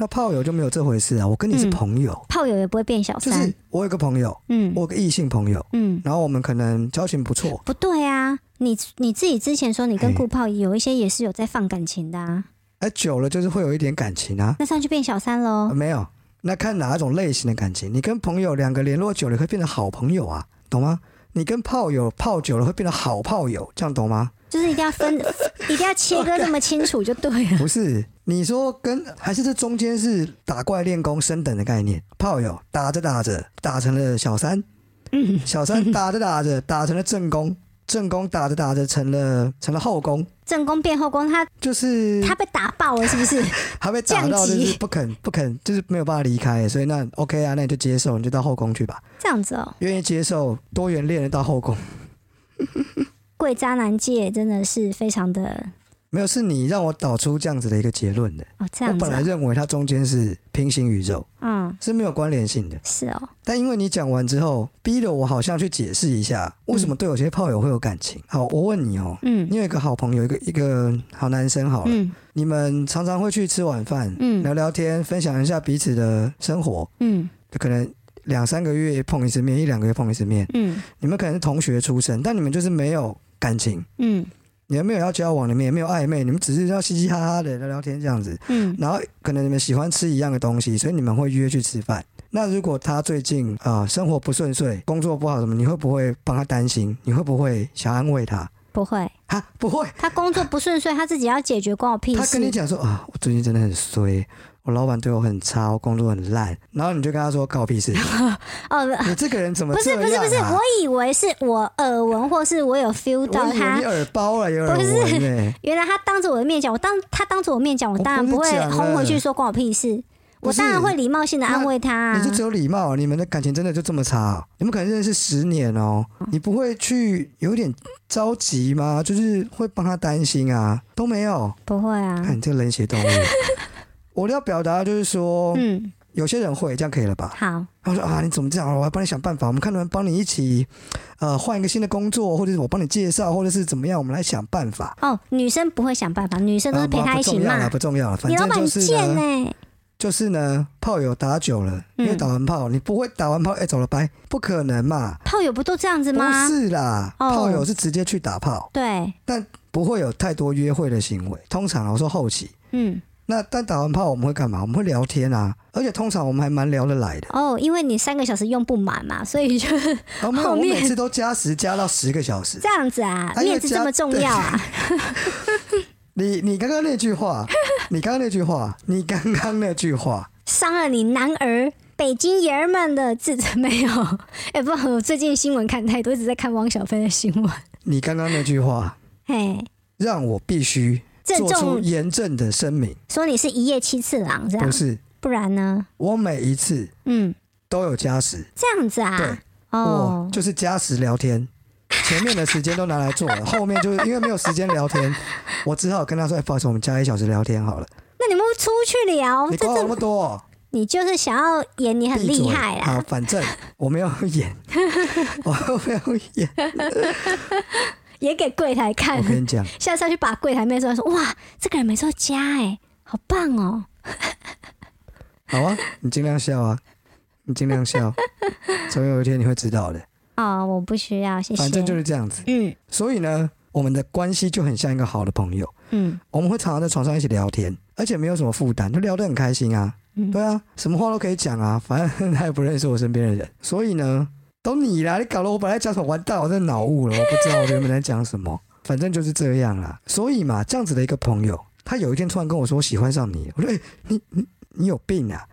[SPEAKER 1] 那炮友就没有这回事啊！我跟你是
[SPEAKER 2] 嗯
[SPEAKER 1] 朋友，
[SPEAKER 2] 炮友也不会变小
[SPEAKER 1] 就
[SPEAKER 2] 三。
[SPEAKER 1] 是我有个朋友，
[SPEAKER 2] 嗯
[SPEAKER 1] 我有个异性朋友，
[SPEAKER 2] 嗯，
[SPEAKER 1] 然后我们可能交情不错，
[SPEAKER 2] 不对啊，你你自己之前说你跟
[SPEAKER 1] 嘿
[SPEAKER 2] 顾炮有一些也是有在放感情的啊，
[SPEAKER 1] 哎，久了就是会有一点感情啊。
[SPEAKER 2] 那上去变小三
[SPEAKER 1] 啊
[SPEAKER 2] 喽。
[SPEAKER 1] 没有，那看哪一种类型的感情。你跟朋友两个联络久了会变成好朋友啊，懂吗？你跟炮友泡久了会变成好炮友，这样懂吗？
[SPEAKER 2] 就是一定 要分，一定要切割这么清楚就对了。
[SPEAKER 1] 不是，你说跟还是这中间是打怪练功升等的概念，炮友打着打着打成了小三，
[SPEAKER 2] 嗯
[SPEAKER 1] 小三打着打着打成了正 宫，正宫打着打着成了成了后宫，
[SPEAKER 2] 正宫变后宫，他
[SPEAKER 1] 就是
[SPEAKER 2] 他被打爆了，是不是？
[SPEAKER 1] 还被打到
[SPEAKER 2] 降
[SPEAKER 1] 就
[SPEAKER 2] 级
[SPEAKER 1] 是不肯不肯，就是没有办法离开，所以那 OK 啊，那你就接受，你就到后宫去吧，
[SPEAKER 2] 这样子哦，
[SPEAKER 1] 愿意接受多元恋人到后宫，
[SPEAKER 2] 贵渣男界真的是非常的
[SPEAKER 1] 没有是你让我导出这样子的一个结论的，
[SPEAKER 2] 哦，这
[SPEAKER 1] 我
[SPEAKER 2] 样子
[SPEAKER 1] 本来
[SPEAKER 2] 啊、
[SPEAKER 1] 认为它中间是平行宇宙，
[SPEAKER 2] 嗯，
[SPEAKER 1] 是没有关联性的。
[SPEAKER 2] 是哦，
[SPEAKER 1] 但因为你讲完之后，逼得我好像去解释一下，为什么对有些炮友会有感情。好，我问你哦，
[SPEAKER 2] 嗯
[SPEAKER 1] 你有一个好朋友，一个一个好男生好了，
[SPEAKER 2] 嗯
[SPEAKER 1] 你们常常会去吃晚饭，
[SPEAKER 2] 嗯
[SPEAKER 1] 聊聊天，分享一下彼此的生活，
[SPEAKER 2] 嗯
[SPEAKER 1] 可能。两三个月碰一次面，一两个月碰一次面。
[SPEAKER 2] 嗯
[SPEAKER 1] 你们可能是同学出身，但你们就是没有感情，
[SPEAKER 2] 嗯
[SPEAKER 1] 你们没有要交往，你们也没有暧昧，你们只是要嘻嘻哈哈的聊聊天这样子。
[SPEAKER 2] 嗯
[SPEAKER 1] 然后可能你们喜欢吃一样的东西，所以你们会约去吃饭。那如果他最近啊、呃生活不顺遂，工作不好什么，你会不会帮他担心？你会不会想安慰他？
[SPEAKER 2] 不会，
[SPEAKER 1] 哈，不会。
[SPEAKER 2] 他工作不顺遂，他自己要解决，关我屁
[SPEAKER 1] 他跟你
[SPEAKER 2] 事。
[SPEAKER 1] 讲说啊，我最近真的很衰，我老板对我很差，我工作很烂。然后你就跟他说告屁 事，
[SPEAKER 2] 哦，
[SPEAKER 1] 你这个人怎么
[SPEAKER 2] 不
[SPEAKER 1] 这
[SPEAKER 2] 是
[SPEAKER 1] 样、啊？
[SPEAKER 2] 不是不是，我以为是我耳闻，或是我有 feel 到
[SPEAKER 1] 我以为
[SPEAKER 2] 他
[SPEAKER 1] 你。耳包了，有耳
[SPEAKER 2] 不是
[SPEAKER 1] 闻呢。
[SPEAKER 2] 原来他当着我的面讲，我当他当着我面讲，我
[SPEAKER 1] 我
[SPEAKER 2] 当然
[SPEAKER 1] 不
[SPEAKER 2] 不
[SPEAKER 1] 是
[SPEAKER 2] 会
[SPEAKER 1] 讲
[SPEAKER 2] 轰回去
[SPEAKER 1] 了
[SPEAKER 2] 说关我屁事，
[SPEAKER 1] 不
[SPEAKER 2] 我
[SPEAKER 1] 是
[SPEAKER 2] 当然会礼貌性的安
[SPEAKER 1] 那
[SPEAKER 2] 慰他、啊
[SPEAKER 1] 你就。只有礼貌，你们的感情真的就这么差、哦？你们可能认识十年哦，
[SPEAKER 2] 嗯
[SPEAKER 1] 你不会去有点着急吗？就是会帮他担心啊，都没有。
[SPEAKER 2] 不会啊，
[SPEAKER 1] 看你这个冷血动物。 我要表达的就是说，
[SPEAKER 2] 嗯，
[SPEAKER 1] 有些人会这样可以了吧？
[SPEAKER 2] 好，
[SPEAKER 1] 他说啊，你怎么这样？我要帮你想办法，我们看能不能帮你一起，呃，换一个新的工作，或者是我帮你介绍，或者是怎么样，我们来想办法。
[SPEAKER 2] 哦，女生不会想办法，女生都
[SPEAKER 1] 啊
[SPEAKER 2] 是陪
[SPEAKER 1] 不
[SPEAKER 2] 他一起
[SPEAKER 1] 不重要
[SPEAKER 2] 骂
[SPEAKER 1] 了，。不重要了，反
[SPEAKER 2] 你老
[SPEAKER 1] 正
[SPEAKER 2] 板
[SPEAKER 1] 就是呢
[SPEAKER 2] 贱欸呢、
[SPEAKER 1] 就是呢，炮友打久了，因为
[SPEAKER 2] 嗯
[SPEAKER 1] 打完炮，你不会打完炮，哎、走了，拜，不可能嘛，
[SPEAKER 2] 炮友不都这样子
[SPEAKER 1] 不
[SPEAKER 2] 吗？
[SPEAKER 1] 是啦，
[SPEAKER 2] 哦
[SPEAKER 1] 炮友是直接去打炮，
[SPEAKER 2] 对，
[SPEAKER 1] 不会有太多约会的行为。通常啊我说后期，
[SPEAKER 2] 嗯，
[SPEAKER 1] 那但打完炮我们会干嘛？我们会聊天啊，而且通常我们还蛮聊得来的。
[SPEAKER 2] 哦，因为你三个小时用不满嘛，所以就
[SPEAKER 1] 哦，没有，
[SPEAKER 2] 后
[SPEAKER 1] 我
[SPEAKER 2] 面
[SPEAKER 1] 每次都加时加到十个小时。
[SPEAKER 2] 这样子啊，
[SPEAKER 1] 哎
[SPEAKER 2] 面子这么重要啊，
[SPEAKER 1] 你你刚刚那句 话，你刚刚那句话，你刚刚那句话，
[SPEAKER 2] 伤了你男儿。北京爷儿们的自尊没有， 哎、不，我最近新闻看太多，一直在看汪小菲的新闻。
[SPEAKER 1] 你刚刚那句话，
[SPEAKER 2] 嘿，
[SPEAKER 1] 让我必须
[SPEAKER 2] 郑
[SPEAKER 1] 做出
[SPEAKER 2] 重
[SPEAKER 1] 严正的声明，
[SPEAKER 2] 说你是一夜七次郎这样
[SPEAKER 1] 不，是
[SPEAKER 2] 不然呢？
[SPEAKER 1] 我每一次
[SPEAKER 2] 嗯，
[SPEAKER 1] 都有加时。
[SPEAKER 2] 这样子啊
[SPEAKER 1] 对，
[SPEAKER 2] 哦
[SPEAKER 1] 我，就是加时聊天，前面的时间都拿来做 了，后面就是因为没有时间聊天，我只好跟他说：“哎、不好意思，我们加一小时聊天好了。
[SPEAKER 2] 那你们出去聊，
[SPEAKER 1] 你
[SPEAKER 2] 哦这
[SPEAKER 1] 管我那
[SPEAKER 2] 这
[SPEAKER 1] 么多，
[SPEAKER 2] 你就是想要演你很
[SPEAKER 1] 闭
[SPEAKER 2] 厉
[SPEAKER 1] 嘴
[SPEAKER 2] 害啦
[SPEAKER 1] 啊！，反正我没有 演，我没有演。
[SPEAKER 2] 也给柜台看
[SPEAKER 1] 我。跟你讲，
[SPEAKER 2] 欸下次要去把柜台妹说说，哇，这个人每次都加哎、好棒哦！
[SPEAKER 1] 好啊，你尽量笑啊，你尽量笑，总有一天你会知道的。
[SPEAKER 2] 哦，我不需要，谢谢。
[SPEAKER 1] 反正就是这样子。
[SPEAKER 2] 嗯
[SPEAKER 1] 所以呢，我们的关系就很像一个好的朋友，
[SPEAKER 2] 嗯
[SPEAKER 1] 我们会常常在床上一起聊天，而且没有什么负担，就聊得很开心啊。
[SPEAKER 2] 嗯
[SPEAKER 1] 对啊，什么话都可以讲啊，反正他也不认识我身边的人，所以呢，都你啦，你搞得我本来讲什么完蛋，我真的脑雾了，我不知道我原本在讲什么， 反正就是这样啦。所以嘛，这样子的一个朋友，他有一天突然跟我说我喜欢上你了，我说哎、欸你你你有病啊？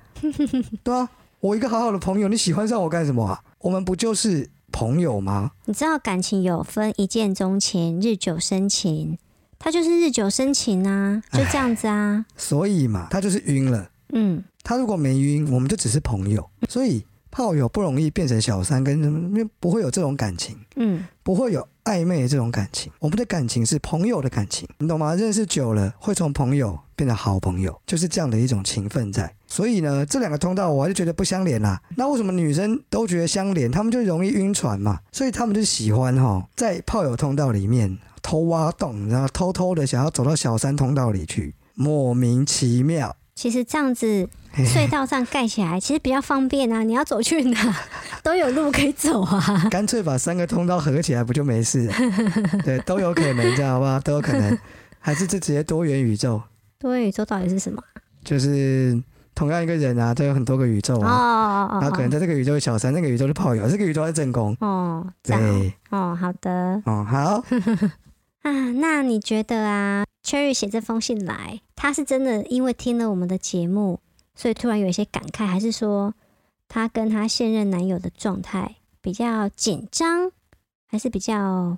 [SPEAKER 1] 对啊，我一个好好的朋友，你喜欢上我干什么啊？我们不就是朋友吗？
[SPEAKER 2] 你知道感情有分一见钟情、日久生情，它就是日久生情啊，就这样子啊。
[SPEAKER 1] 所以嘛，他就是晕了。
[SPEAKER 2] 嗯，
[SPEAKER 1] 他如果没晕，我们就只是朋友，所以炮友不容易变成小三，跟什么因为不会有这种感情，
[SPEAKER 2] 嗯，
[SPEAKER 1] 不会有暧昧的这种感情。我们的感情是朋友的感情，你懂吗？认识久了，会从朋友变成好朋友，就是这样的一种情分在。所以呢，这两个通道我还是觉得不相连啦、啊那为什么女生都觉得相连，她们就容易晕船嘛？所以她们就喜欢哈，在炮友通道里面偷挖洞，然后偷偷的想要走到小三通道里去，莫名其妙。
[SPEAKER 2] 其实这样子
[SPEAKER 1] 嘿
[SPEAKER 2] 隧道上盖 起来，其实比较方便啊。你要走去哪都有路可以走 啊。
[SPEAKER 1] 干脆把三个通道合起来，不就没事了？对，都有可能，这样好 不好？都有可能，还是这直接多元宇宙，
[SPEAKER 2] 多元宇宙到底是什么？
[SPEAKER 1] 就是同样一个人啊，都有很多个宇宙
[SPEAKER 2] 哦
[SPEAKER 1] 啊。
[SPEAKER 2] 哦
[SPEAKER 1] 然后可能
[SPEAKER 2] 哦
[SPEAKER 1] 在这个宇宙是小三，那个宇宙是炮友，这个宇宙是正宫
[SPEAKER 2] 哦。哦，这样
[SPEAKER 1] 对，
[SPEAKER 2] 哦，好的
[SPEAKER 1] 哦， 好，
[SPEAKER 2] 啊。那你觉得啊，Cherry 写这封信来，他是真的因为听了我们的节目，所以突然有一些感慨，还是说她跟她现任男友的状态比较紧张，还是比较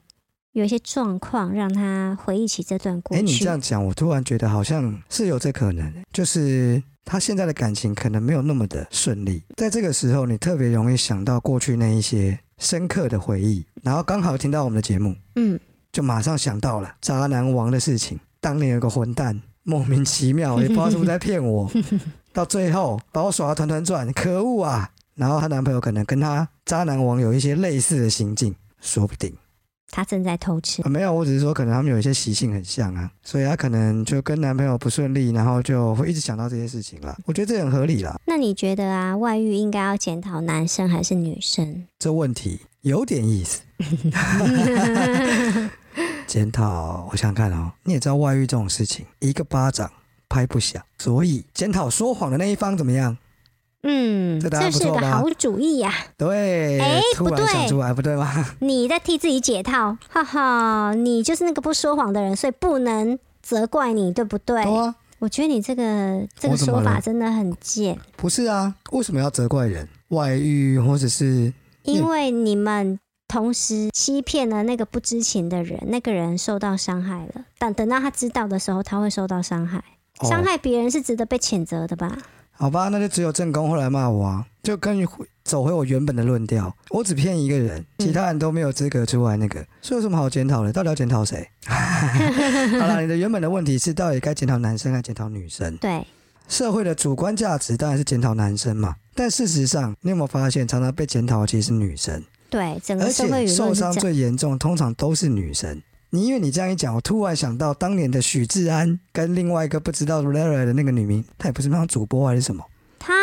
[SPEAKER 2] 有一些状况，让她回忆起这段过
[SPEAKER 1] 哎，你
[SPEAKER 2] 去？
[SPEAKER 1] 这样讲，我突然觉得好像是有这可能，欸就是他现在的感情可能没有那么的顺利，在这个时候，你特别容易想到过去那一些深刻的回忆，然后刚好听到我们的节目，
[SPEAKER 2] 嗯
[SPEAKER 1] 就马上想到了渣男王的事情。当年有个混蛋莫名其妙，也不知道是不是在骗我，到最后把我耍得团团转，可恶啊！然后她男朋友可能跟她渣男王有一些类似的行径，说不定、
[SPEAKER 2] 她正在偷吃
[SPEAKER 1] 啊、没有，我只是说可能他们有一些习性很像啊，所以她可能就跟男朋友不顺利，然后就会一直想到这些事情啦。我觉得这很合理啦，
[SPEAKER 2] 那你觉得啊，外遇应该要检讨男生还是女生？
[SPEAKER 1] 这问题有点意 思。检讨，我想想看哦，你也知道外遇这种事情，一个巴掌拍不响，所以检讨说谎的那一方怎么样？
[SPEAKER 2] 嗯，
[SPEAKER 1] 这答案
[SPEAKER 2] 这
[SPEAKER 1] 不
[SPEAKER 2] 是
[SPEAKER 1] 错
[SPEAKER 2] 个
[SPEAKER 1] 吧
[SPEAKER 2] 好主意啊呀、
[SPEAKER 1] 对，
[SPEAKER 2] 哎
[SPEAKER 1] 突
[SPEAKER 2] 不
[SPEAKER 1] 然
[SPEAKER 2] 对
[SPEAKER 1] 想出来，不对吗？
[SPEAKER 2] 你在替自己解套，哈哈，你就是那个不说谎的人，所以不能责怪你，对不对？
[SPEAKER 1] 对啊，
[SPEAKER 2] 我觉得你这个这个
[SPEAKER 1] 我怎么
[SPEAKER 2] 说
[SPEAKER 1] 了
[SPEAKER 2] 法真的很贱，
[SPEAKER 1] 不是啊，为什么要责怪人？外遇或者是
[SPEAKER 2] 因为你们同时欺骗了那个不知情的人，那个人受到伤害了，但等到他知道的时候，他会受到伤害，
[SPEAKER 1] 哦
[SPEAKER 2] 伤害别人是值得被谴责的吧？
[SPEAKER 1] 好吧，那就只有正宫会来骂我啊，就跟走回我原本的论调，我只骗一个人，
[SPEAKER 2] 嗯
[SPEAKER 1] 其他人都没有资格出来那个，所以有什么好检讨的？到底要检讨谁？ 好了，你的原本的问题是到底该检讨男生还是检讨女生？
[SPEAKER 2] 对，
[SPEAKER 1] 社会的主观价值当然是检讨男生嘛，但事实上，你有没有发现常常被检讨的其实是女生，
[SPEAKER 2] 对，整
[SPEAKER 1] 而
[SPEAKER 2] 个社会
[SPEAKER 1] 且
[SPEAKER 2] 舆
[SPEAKER 1] 受
[SPEAKER 2] 论是这
[SPEAKER 1] 伤
[SPEAKER 2] 样。
[SPEAKER 1] 最严重通常都是女生。你因为你这样一讲，我突然想到当年的许志安跟另外一个不知道 Lara 的那个女明，她也不是当主播还是什么。
[SPEAKER 2] 她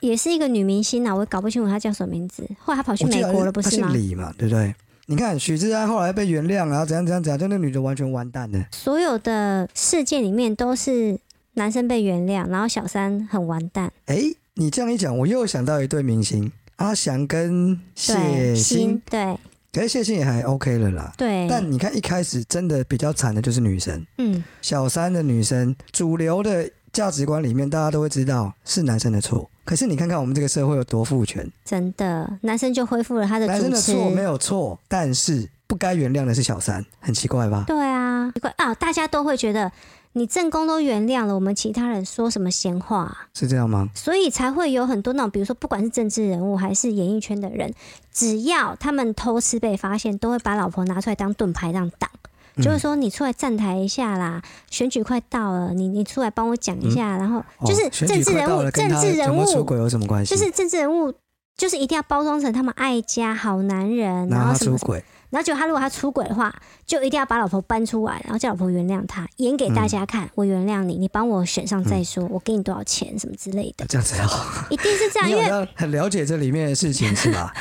[SPEAKER 2] 也是一个女明星啊，我也搞不清楚她叫什么名字。后来她跑去
[SPEAKER 1] 我记
[SPEAKER 2] 美
[SPEAKER 1] 得
[SPEAKER 2] 国了，
[SPEAKER 1] 他
[SPEAKER 2] 不是吗
[SPEAKER 1] 姓？李嘛，对不对？你看许志安后来被原谅，然后怎样怎样怎样，就那女的完全完蛋了。
[SPEAKER 2] 所有的事件里面都是男生被原谅，然后小三很完蛋。
[SPEAKER 1] 诶，你这样一讲，我又想到一对明星阿翔跟谢
[SPEAKER 2] 对，
[SPEAKER 1] 欣，
[SPEAKER 2] 对
[SPEAKER 1] 可是谢欣也还 OK 了啦。
[SPEAKER 2] 对，
[SPEAKER 1] 但你看一开始真的比较惨的就是女生，
[SPEAKER 2] 嗯，
[SPEAKER 1] 小三的女生，主流的价值观里面大家都会知道是男生的错。可是你看看我们这个社会有多父权，
[SPEAKER 2] 真的，男生就恢复了他的
[SPEAKER 1] 男
[SPEAKER 2] 主
[SPEAKER 1] 生的
[SPEAKER 2] 持。
[SPEAKER 1] 错没有错，但是不该原谅的是小三，很奇怪吧？
[SPEAKER 2] 对啊，奇怪啊，大家都会觉得你正宫都原谅了，我们其他人说什么闲话啊、
[SPEAKER 1] 是这样吗？
[SPEAKER 2] 所以才会有很多那种，比如说不管是政治人物还是演艺圈的人，只要他们偷吃被发现，都会把老婆拿出来当盾牌让挡。
[SPEAKER 1] 嗯
[SPEAKER 2] 就是说，你出来站台一下啦，选举快到了，你你出来帮我讲一下，然后
[SPEAKER 1] 哦
[SPEAKER 2] 就是
[SPEAKER 1] 选
[SPEAKER 2] 政
[SPEAKER 1] 举
[SPEAKER 2] 治
[SPEAKER 1] 快
[SPEAKER 2] 人
[SPEAKER 1] 到
[SPEAKER 2] 物，
[SPEAKER 1] 了跟
[SPEAKER 2] 政
[SPEAKER 1] 他
[SPEAKER 2] 治
[SPEAKER 1] 有
[SPEAKER 2] 人
[SPEAKER 1] 没有出
[SPEAKER 2] 物
[SPEAKER 1] 轨有什么关系？
[SPEAKER 2] 就是政治人物，就是一定要包装成他们爱家好男人，
[SPEAKER 1] 然
[SPEAKER 2] 然
[SPEAKER 1] 后
[SPEAKER 2] 后
[SPEAKER 1] 他
[SPEAKER 2] 什么
[SPEAKER 1] 出轨，
[SPEAKER 2] 然后结果他如果他出轨的话，就一定要把老婆搬出来，然后叫老婆原谅他，演给
[SPEAKER 1] 嗯
[SPEAKER 2] 大家看，我原谅你，你帮我选上再说，我给你多少钱什么之类的，
[SPEAKER 1] 这样子哦。
[SPEAKER 2] 一定是 这样，
[SPEAKER 1] 你
[SPEAKER 2] 啊因
[SPEAKER 1] 好
[SPEAKER 2] 为
[SPEAKER 1] 像很了解这里面的事情是 吧？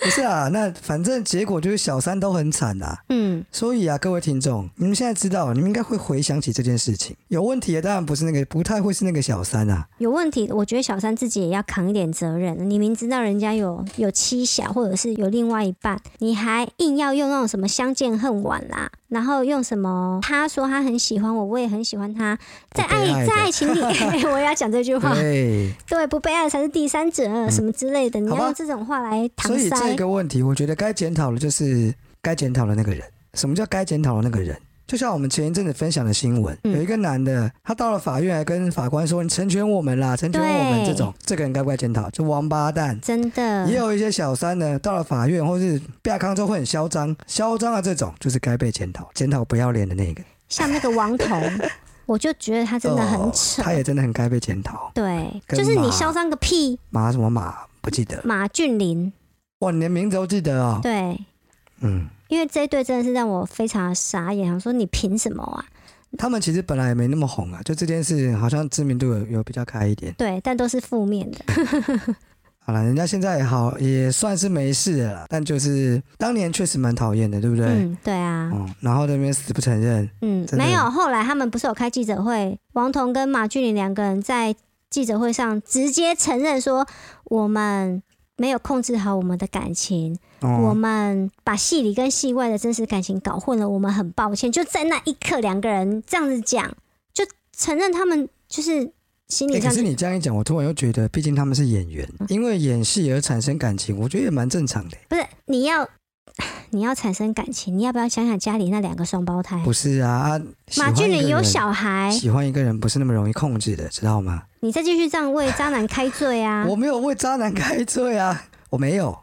[SPEAKER 1] 不是啊，那反正结果就是小三都很惨啊。
[SPEAKER 2] 嗯
[SPEAKER 1] 所以啊，各位听众，你们现在知道，你们应该会回想起这件事情。有问题的当然不是那个，不太会是那个小三啊。
[SPEAKER 2] 有问题，我觉得小三自己也要扛一点责任。你明知道人家有有妻小，或者是有另外一半，你还硬要用那种什么相见恨晚啦，然后用什么他说他很喜欢我，我也很喜欢他，在
[SPEAKER 1] 不被爱
[SPEAKER 2] 爱
[SPEAKER 1] 的
[SPEAKER 2] 在爱情里， 我也要讲这句话，
[SPEAKER 1] 对，嗯
[SPEAKER 2] 对，不被爱才是第三者、什么之类的，你
[SPEAKER 1] 好吧
[SPEAKER 2] 要用这种话来搪
[SPEAKER 1] 所以这
[SPEAKER 2] 塞。
[SPEAKER 1] 个问题，我觉得该检讨的就是该检讨的那个人。什么叫该检讨的那个人？就像我们前一阵子分享的新闻，
[SPEAKER 2] 嗯
[SPEAKER 1] 有一个男的，他到了法院还跟法官说：“你成全我们啦，成全我们。”
[SPEAKER 2] 对嗯
[SPEAKER 1] 这种，这个人该不该检讨？这王八蛋！
[SPEAKER 2] 真的
[SPEAKER 1] 也，有一些小三呢，到了法院或是被康之后会很嚣张，嚣张啊的这种就是该被检讨，检讨不要脸的那个，
[SPEAKER 2] 像那个王 彤，我就觉得他真的很
[SPEAKER 1] 哦
[SPEAKER 2] 扯。
[SPEAKER 1] 他也真的很该被检讨。
[SPEAKER 2] 对，
[SPEAKER 1] 跟
[SPEAKER 2] 就是
[SPEAKER 1] 马
[SPEAKER 2] 你嚣张个屁，
[SPEAKER 1] 马什么马不记得了？
[SPEAKER 2] 马俊霖。
[SPEAKER 1] 哇，你连名字都记得哦。
[SPEAKER 2] 对，
[SPEAKER 1] 嗯，
[SPEAKER 2] 因为这一对真的是让我非常傻眼，想说你凭什么啊？
[SPEAKER 1] 他们其实本来也没那么红啊，就这件事好像知名度有有比较开一点。
[SPEAKER 2] 对，但都是负面的。
[SPEAKER 1] 好了，人家现在也好也算是没事了啦，但就是当年确实蛮讨厌的，对不对？嗯
[SPEAKER 2] 嗯，对啊，
[SPEAKER 1] 然后那边死不承认，
[SPEAKER 2] 嗯，
[SPEAKER 1] 真的
[SPEAKER 2] 没有。后来他们不是有开记者会，王彤跟马俊霖两个人在记者会上直接承认说，我们没有控制好我们的感情，我
[SPEAKER 1] 哦，
[SPEAKER 2] 们把戏里跟戏外的真实感情搞混了，我们很抱歉。就在那一刻，两个人这样子讲，就承认他们就是心
[SPEAKER 1] 欸
[SPEAKER 2] 理
[SPEAKER 1] 可
[SPEAKER 2] 上
[SPEAKER 1] 是你这样一讲，我突然又觉得，毕竟他们是演员，
[SPEAKER 2] 嗯
[SPEAKER 1] 因为演戏而产生感情，我觉得也蛮正常的。
[SPEAKER 2] 不是你要 你要产生感情，你要不要想想家里那两个双胞胎？
[SPEAKER 1] 不是啊，啊
[SPEAKER 2] 嗯马俊霖
[SPEAKER 1] 喜欢一
[SPEAKER 2] 有，
[SPEAKER 1] 个
[SPEAKER 2] 小孩
[SPEAKER 1] 人，喜欢一个人不是那么容易控制的，知道吗？
[SPEAKER 2] 你再继续这样 为渣男开罪啊！
[SPEAKER 1] 我没有为渣男开罪啊，我没有，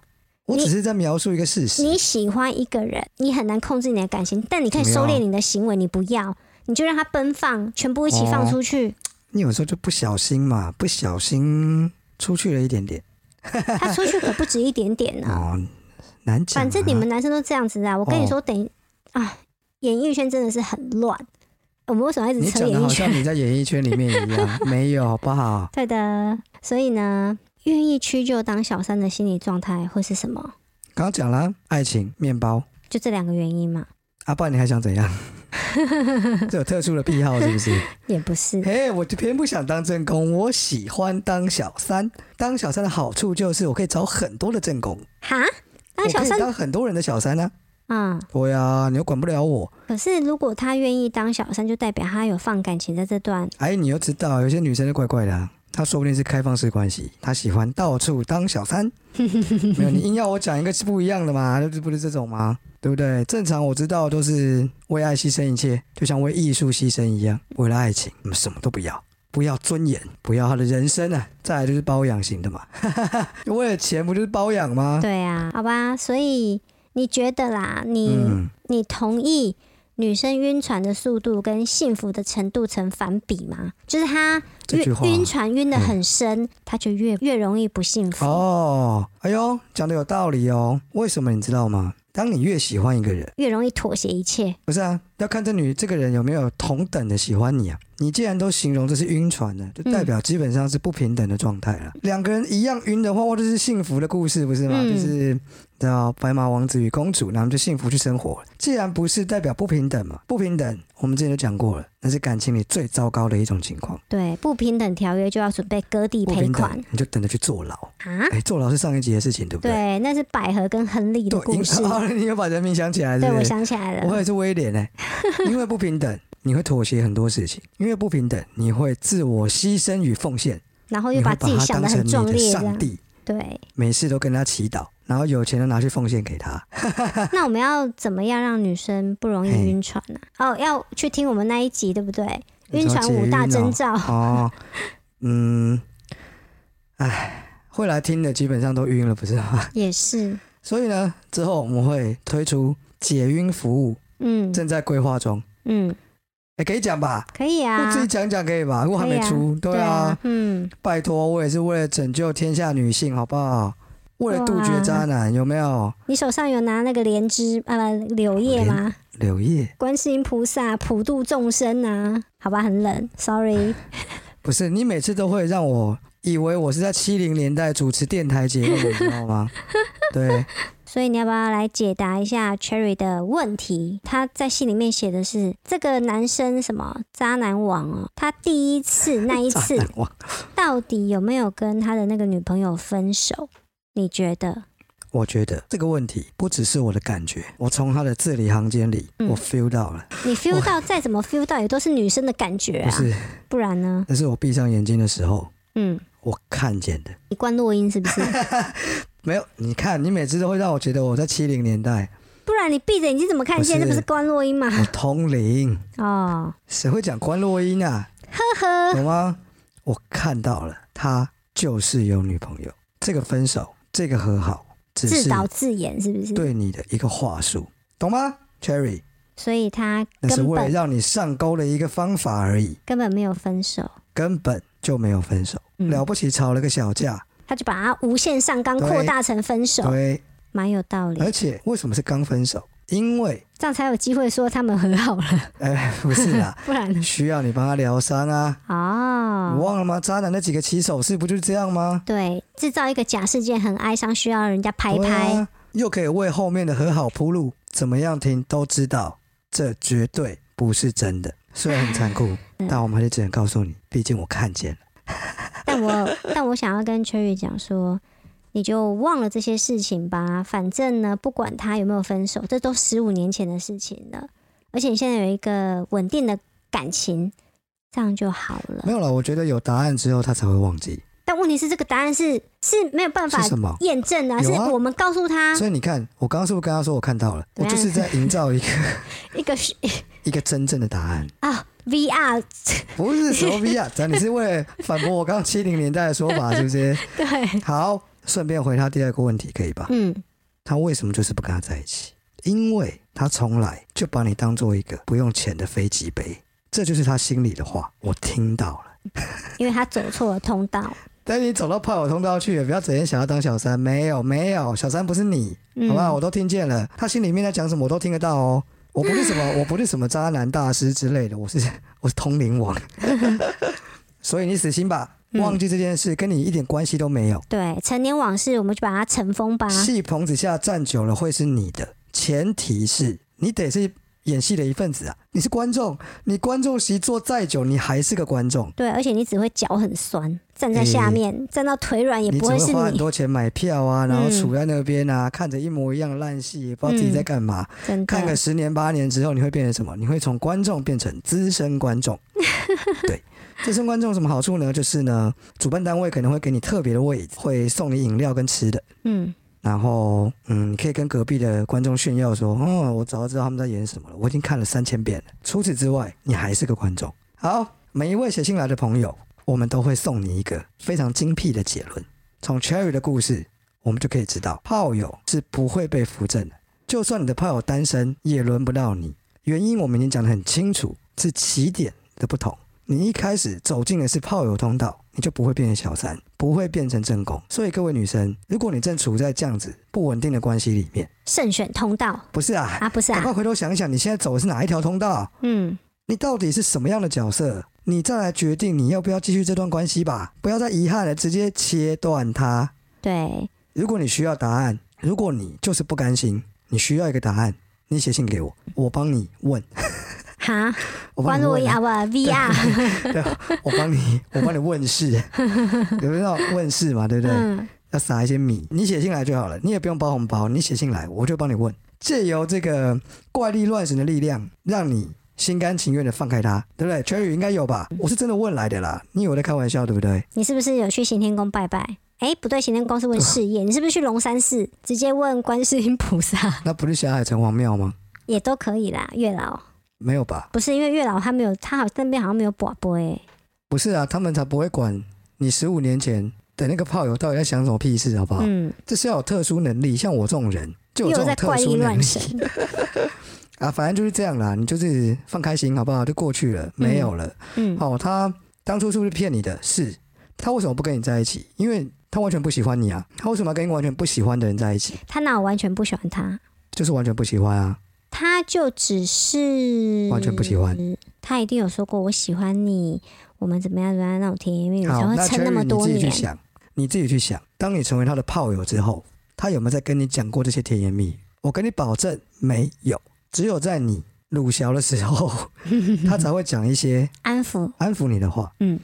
[SPEAKER 1] 我
[SPEAKER 2] 你
[SPEAKER 1] 只是在描述一个事实。
[SPEAKER 2] 你喜欢一个人，你很难控制你的感情，但你可以
[SPEAKER 1] 怎么
[SPEAKER 2] 收
[SPEAKER 1] 样
[SPEAKER 2] 敛你的行为，你不要，你就让它奔放，全部一起放出去。
[SPEAKER 1] 你有时候就不小心嘛，不小心出去了一点点
[SPEAKER 2] 他出去可不止一点点呢、
[SPEAKER 1] 哦，难讲啊、
[SPEAKER 2] 嗯
[SPEAKER 1] 哦
[SPEAKER 2] 反正你们男生都这样子啊！我跟你说，等啊，演艺圈真的是很乱。呃我们为什么要一
[SPEAKER 1] 你
[SPEAKER 2] 直扯
[SPEAKER 1] 讲的
[SPEAKER 2] 演艺
[SPEAKER 1] 好
[SPEAKER 2] 圈
[SPEAKER 1] 像？你在演艺圈里面一样，没有好不好？
[SPEAKER 2] 对的，所以呢，愿意屈就当小三的心理状态会是什么？
[SPEAKER 1] 刚刚讲了爱情、面包，
[SPEAKER 2] 就这两个原因嘛，
[SPEAKER 1] 阿、啊、爸你还想 怎样？这有特殊的癖好是不是？
[SPEAKER 2] 也不是。
[SPEAKER 1] 嘿我就偏不想当正宫，我喜欢当小三。当小三的好处就是我可以找很多的正宫，
[SPEAKER 2] 哈，当啊小
[SPEAKER 1] 我可以
[SPEAKER 2] 三
[SPEAKER 1] 当很多人的小三啊。
[SPEAKER 2] 啊、
[SPEAKER 1] 对呀，你又管不了我。
[SPEAKER 2] 可是如果他愿意当小三，就代表他有放感情在这段。
[SPEAKER 1] 哎，你又知道，有些女生就怪怪的、啊，她说不定是开放式关系，她喜欢到处当小三。没有，你硬要我讲一个是不一样的嘛？就是不是这种吗？对不对？正常我知道都是为爱牺牲一切，就像为艺术牺牲一样，为了爱情，我们什么都不要，不要尊严，不要他的人生啊。再来就是包养型的嘛， 为了钱不就是包养吗？
[SPEAKER 2] 对啊，好吧，所以你觉得啦，你、
[SPEAKER 1] 嗯，
[SPEAKER 2] 你同意女生晕船的速度跟幸福的程度成反比吗？就是她
[SPEAKER 1] 这
[SPEAKER 2] 晕
[SPEAKER 1] 句话嗯
[SPEAKER 2] 晕船晕得很深，她就越越容易不幸福。
[SPEAKER 1] 哦，哎呦，讲的有道理哦。为什么你知道吗？当你越喜欢一个人，
[SPEAKER 2] 越容易妥协一切，
[SPEAKER 1] 不是啊，要看这女这个人有没有同等的喜欢你啊。你既然都形容这是晕船的，就代
[SPEAKER 2] 嗯
[SPEAKER 1] 表基本上是不平等的状态了。两、个人一样晕的话，哇，这是幸福的故事，不是吗？
[SPEAKER 2] 嗯
[SPEAKER 1] 就是叫白马王子与公主，然后就幸福去生活了。既然不是，代表不平等嘛。不平等，我们之前就讲过了，那是感情里最糟糕的一种情况。
[SPEAKER 2] 对不平等条约就要准备割地
[SPEAKER 1] 不
[SPEAKER 2] 赔
[SPEAKER 1] 平
[SPEAKER 2] 款
[SPEAKER 1] 等，你就等着去坐牢。
[SPEAKER 2] 啊！
[SPEAKER 1] 哎、坐牢是上一集的事情，对不对？
[SPEAKER 2] 对，那是百合跟亨利的故
[SPEAKER 1] 因
[SPEAKER 2] 事。
[SPEAKER 1] 哦，你又把人名想起来，对
[SPEAKER 2] 对，
[SPEAKER 1] 不
[SPEAKER 2] 我
[SPEAKER 1] 对？
[SPEAKER 2] 想起来了。
[SPEAKER 1] 我也是威廉 呢、因为不平等，你会妥协很多事情；因为不平等，你会自我牺牲与奉献，
[SPEAKER 2] 然后
[SPEAKER 1] 你
[SPEAKER 2] 又
[SPEAKER 1] 会
[SPEAKER 2] 把
[SPEAKER 1] 把
[SPEAKER 2] 自己
[SPEAKER 1] 他
[SPEAKER 2] 想
[SPEAKER 1] 当
[SPEAKER 2] 的
[SPEAKER 1] 成
[SPEAKER 2] 很壮
[SPEAKER 1] 你的
[SPEAKER 2] 烈，这
[SPEAKER 1] 上
[SPEAKER 2] 样
[SPEAKER 1] 帝，
[SPEAKER 2] 对。
[SPEAKER 1] 每次都跟他祈祷，然后有钱的拿去奉献给他。
[SPEAKER 2] 那我们要怎么样让女生不容易晕船呢、哦，要去听我们那一集，对不对？
[SPEAKER 1] 你
[SPEAKER 2] 晕
[SPEAKER 1] 说
[SPEAKER 2] 船五
[SPEAKER 1] 捷
[SPEAKER 2] 大
[SPEAKER 1] 运
[SPEAKER 2] 征
[SPEAKER 1] 哦
[SPEAKER 2] 兆，
[SPEAKER 1] 哦，嗯，哎，会来听的基本上都晕了，不是吗？
[SPEAKER 2] 也是，
[SPEAKER 1] 所以呢，之后我们会推出解晕服务，
[SPEAKER 2] 嗯
[SPEAKER 1] 正在规划中。
[SPEAKER 2] 嗯，
[SPEAKER 1] 哎、可以讲吧？
[SPEAKER 2] 可以
[SPEAKER 1] 我
[SPEAKER 2] 啊
[SPEAKER 1] 自，己讲讲可以吧？我还
[SPEAKER 2] 可以
[SPEAKER 1] 没
[SPEAKER 2] 啊
[SPEAKER 1] 出，对啊，
[SPEAKER 2] 嗯，
[SPEAKER 1] 拜托，我也是为了拯救天下女性，好不好？为了杜绝渣男，有没有？
[SPEAKER 2] 你手上有拿那个莲枝啊不柳叶
[SPEAKER 1] 哦
[SPEAKER 2] 吗？
[SPEAKER 1] 柳叶
[SPEAKER 2] 观世音菩萨普度众生啊，好吧，很冷，sorry。
[SPEAKER 1] 不是你每次都会让我以为我是在七零年代主持电台节 目，你知道吗？对，
[SPEAKER 2] 所以你要不要来解答一下 Cherry 的问题？他在信里面写的是这个男生什么渣男王哦，他第一次那 一
[SPEAKER 1] 渣
[SPEAKER 2] 次
[SPEAKER 1] 男王，
[SPEAKER 2] 到底有没有跟他的那个女朋友分手？你觉得？
[SPEAKER 1] 我觉得这个问题不只是我的感觉，我从他的字里行间里，
[SPEAKER 2] 嗯
[SPEAKER 1] 我 feel 到了，
[SPEAKER 2] 你 feel
[SPEAKER 1] 我
[SPEAKER 2] 到再怎么 feel 到也都是女生的感觉
[SPEAKER 1] 不
[SPEAKER 2] 啊，
[SPEAKER 1] 是，
[SPEAKER 2] 不然呢？
[SPEAKER 1] 那是我闭上眼睛的时候
[SPEAKER 2] 嗯，
[SPEAKER 1] 我看见的。
[SPEAKER 2] 你关录音是不是？
[SPEAKER 1] 没有，你看，你每次都会让我觉得我在七零年代，
[SPEAKER 2] 不然你闭着眼睛怎么看见？
[SPEAKER 1] 不是
[SPEAKER 2] 这不是关录音吗？
[SPEAKER 1] 我通灵，
[SPEAKER 2] 哦，
[SPEAKER 1] 谁会讲关洛音啊？
[SPEAKER 2] 呵呵，
[SPEAKER 1] 懂吗？我看到了，他就是有女朋友。这个分手，这个和好，只
[SPEAKER 2] 自
[SPEAKER 1] 是
[SPEAKER 2] 导自演是不是？
[SPEAKER 1] 对你的一个话术，懂吗？Cherry，
[SPEAKER 2] 所以他
[SPEAKER 1] 那是
[SPEAKER 2] 根
[SPEAKER 1] 为了
[SPEAKER 2] 本
[SPEAKER 1] 让你上钩的一个方法而已，
[SPEAKER 2] 根本没有分手，
[SPEAKER 1] 根本就没有分手。
[SPEAKER 2] 嗯
[SPEAKER 1] 了不起，吵了个小架，
[SPEAKER 2] 他就把它无限上纲，
[SPEAKER 1] 对
[SPEAKER 2] 扩大成分手，
[SPEAKER 1] 对。哎
[SPEAKER 2] 蛮有道理，
[SPEAKER 1] 而且为什么是刚分手？因为，
[SPEAKER 2] 这样才有机会说他们和好了，
[SPEAKER 1] 哎，不是 啦，
[SPEAKER 2] 不然呢？
[SPEAKER 1] 需要你帮他疗伤啊。你
[SPEAKER 2] 哦，
[SPEAKER 1] 忘了吗？渣男那几个起手式不就是这样吗？
[SPEAKER 2] 对，制造一个假事件很哀伤，需要人家拍
[SPEAKER 1] 对
[SPEAKER 2] 拍，
[SPEAKER 1] 啊，又可以为后面的和好铺路。怎么样听都知道，这绝对不是真的。虽然很残 酷，
[SPEAKER 2] 嗯
[SPEAKER 1] 但我们还是只能告诉你，毕竟我看见了。
[SPEAKER 2] 但我 但我想要跟 Cherry 讲说，你就忘了这些事情吧，反正呢，不管他有没有分手，这都十五年前的事情了。而且你现在有一个稳定的感情，这样就好了
[SPEAKER 1] 没。有了，我觉得有答案之后，他才会忘记
[SPEAKER 2] 但问题是，这个答案是是没有办法
[SPEAKER 1] 是什么。
[SPEAKER 2] 验证的啊、
[SPEAKER 1] 有
[SPEAKER 2] 是
[SPEAKER 1] 啊
[SPEAKER 2] 我们告诉他
[SPEAKER 1] 所以你看，我刚刚是不是跟他说我看到了？我
[SPEAKER 2] 对啊
[SPEAKER 1] 就是在营造 一个
[SPEAKER 2] 一个
[SPEAKER 1] 一个真正的答案，
[SPEAKER 2] 啊 VR
[SPEAKER 1] 不是什么逼啊！咱你是为了反驳我刚七零年代的说法，是不是？
[SPEAKER 2] 对，
[SPEAKER 1] 好，顺便回他第二个问题，可以吧？
[SPEAKER 2] 嗯，
[SPEAKER 1] 他为什么就是不跟他在一起？因为他从来就把你当做一个不用钱的飞机杯，这就是他心里的话，我听到了。
[SPEAKER 2] 因为他走错了通道，
[SPEAKER 1] 但你走到炮友通道去，也不要整天想要当小三，没有没有，小三不是你，
[SPEAKER 2] 嗯，
[SPEAKER 1] 好不好？我都听见了，他心里面在讲什么，我都听得到哦。我不是什么，我不是什么渣男大师之类的，我是我是通灵王， 所以你死心吧，
[SPEAKER 2] 嗯
[SPEAKER 1] 忘记这件事，跟你一点关系都没有。
[SPEAKER 2] 对，陈年往事，我们就把它尘封吧。
[SPEAKER 1] 戏棚子下站久了会是你的，前提是你得是演戏的一份子啊！你是观众，你观众席坐再久，你还是个观众。
[SPEAKER 2] 对，而且你只会脚很酸，站在下
[SPEAKER 1] 诶
[SPEAKER 2] 面，站到腿软也
[SPEAKER 1] 你
[SPEAKER 2] 不
[SPEAKER 1] 只
[SPEAKER 2] 会
[SPEAKER 1] 会
[SPEAKER 2] 是
[SPEAKER 1] 花很
[SPEAKER 2] 你，
[SPEAKER 1] 多钱买票啊，然后
[SPEAKER 2] 嗯
[SPEAKER 1] 杵在那边啊，看着一模一样的烂戏，也不知道自己在干嘛。
[SPEAKER 2] 真
[SPEAKER 1] 看个
[SPEAKER 2] 的。
[SPEAKER 1] 十年八年之后，你会变成什么？你会从观众变成资深观 众。对，资深观众有什么好处呢？就是呢，主办单位可能会给你特别的位置，会送你饮料跟吃的。
[SPEAKER 2] 嗯，
[SPEAKER 1] 然后，嗯，你可以跟隔壁的观众炫耀说：“哦，我早就知道他们在演什么了，我已经看了三千遍了。”除此之外，你还是个观众。好，每一位写信来的朋友，我们都会送你一个非常精辟的结论。从 Cherry 的故事，我们就可以知道，炮友是不会被扶正的，就算你的炮友单身，也轮不到你。原因我们已经讲得很清楚，是起点的不同。你一开始走进的是炮友通道，你就不会变成小三，不会变成正宫。所以各位女生，如果你正处在这样子不稳定的关系里面，
[SPEAKER 2] 慎选通道
[SPEAKER 1] 不是啊，
[SPEAKER 2] 啊，不是
[SPEAKER 1] 赶
[SPEAKER 2] 啊，
[SPEAKER 1] 快回头想一想，你现在走的是哪一条通道？
[SPEAKER 2] 嗯，
[SPEAKER 1] 你到底是什么样的角色？你再来决定你要不要继续这段关系吧，不要再遗憾了，直接切断它。
[SPEAKER 2] 对，
[SPEAKER 1] 如果你需要答案，如果你就是不甘心，你需要一个答案，你写信给我，我帮你问，
[SPEAKER 2] 哈，
[SPEAKER 1] 我帮
[SPEAKER 2] 关
[SPEAKER 1] 你
[SPEAKER 2] 洛
[SPEAKER 1] 问
[SPEAKER 2] 伊
[SPEAKER 1] 啊、
[SPEAKER 2] 啊不 VR，
[SPEAKER 1] 对，啊我帮你，我帮你问世， 有没有问世嘛？对不对？
[SPEAKER 2] 嗯，
[SPEAKER 1] 要撒一些米，你写信来就好了，你也不用包红包，你写信来，我就帮你问。借由这个怪力乱神的力量，让你心甘情愿的放开它，对不对？Cherry 应该有吧？我是真的问来的啦，你以为我在开玩笑，对不对？
[SPEAKER 2] 你是不是有去行天宫拜拜？哎，不对，行天宫是问事 业，你是不是去龙山寺直接问观世音菩萨
[SPEAKER 1] 那不是霞海城隍庙吗？
[SPEAKER 2] 也都可以啦？月老
[SPEAKER 1] 没有吧？
[SPEAKER 2] 不是因为月老他没有，他好像那边好像没有卜卜哎，
[SPEAKER 1] 不是啊，他们才不会管你十五年前的那个炮友到底在想什么屁事，好不好？
[SPEAKER 2] 嗯，
[SPEAKER 1] 这是要有特殊能力，像我这种人就
[SPEAKER 2] 又
[SPEAKER 1] 有这
[SPEAKER 2] 在
[SPEAKER 1] 种特
[SPEAKER 2] 怪力
[SPEAKER 1] 殊能
[SPEAKER 2] 乱
[SPEAKER 1] 力。
[SPEAKER 2] 神，
[SPEAKER 1] 啊，反正就是这样啦，你就是放开心好不好？就过去了，没有了。
[SPEAKER 2] 嗯，
[SPEAKER 1] 哦，他当初是不是骗你的？是。他为什么不跟你在一起？因为他完全不喜欢你啊，他为什么要跟一个完全不喜欢的人在一起？
[SPEAKER 2] 他哪有完全不喜欢他？
[SPEAKER 1] 就是完全不喜欢啊，
[SPEAKER 2] 他就只是
[SPEAKER 1] 完全不喜欢。
[SPEAKER 2] 他一定有说过我喜欢你，我们怎么样怎么样那种甜言蜜语才
[SPEAKER 1] 好，
[SPEAKER 2] 会
[SPEAKER 1] 那
[SPEAKER 2] 撑那
[SPEAKER 1] Cherry，
[SPEAKER 2] 么
[SPEAKER 1] 你
[SPEAKER 2] 多
[SPEAKER 1] 自己去
[SPEAKER 2] 年。
[SPEAKER 1] 想，你自己去想，当你成为他的炮友之后，他有没有在跟你讲过这些甜言蜜语？我跟你保证没有，只有在你鲁小的时 候，他才会讲一些
[SPEAKER 2] 安抚，
[SPEAKER 1] 安抚你的话。
[SPEAKER 2] 嗯，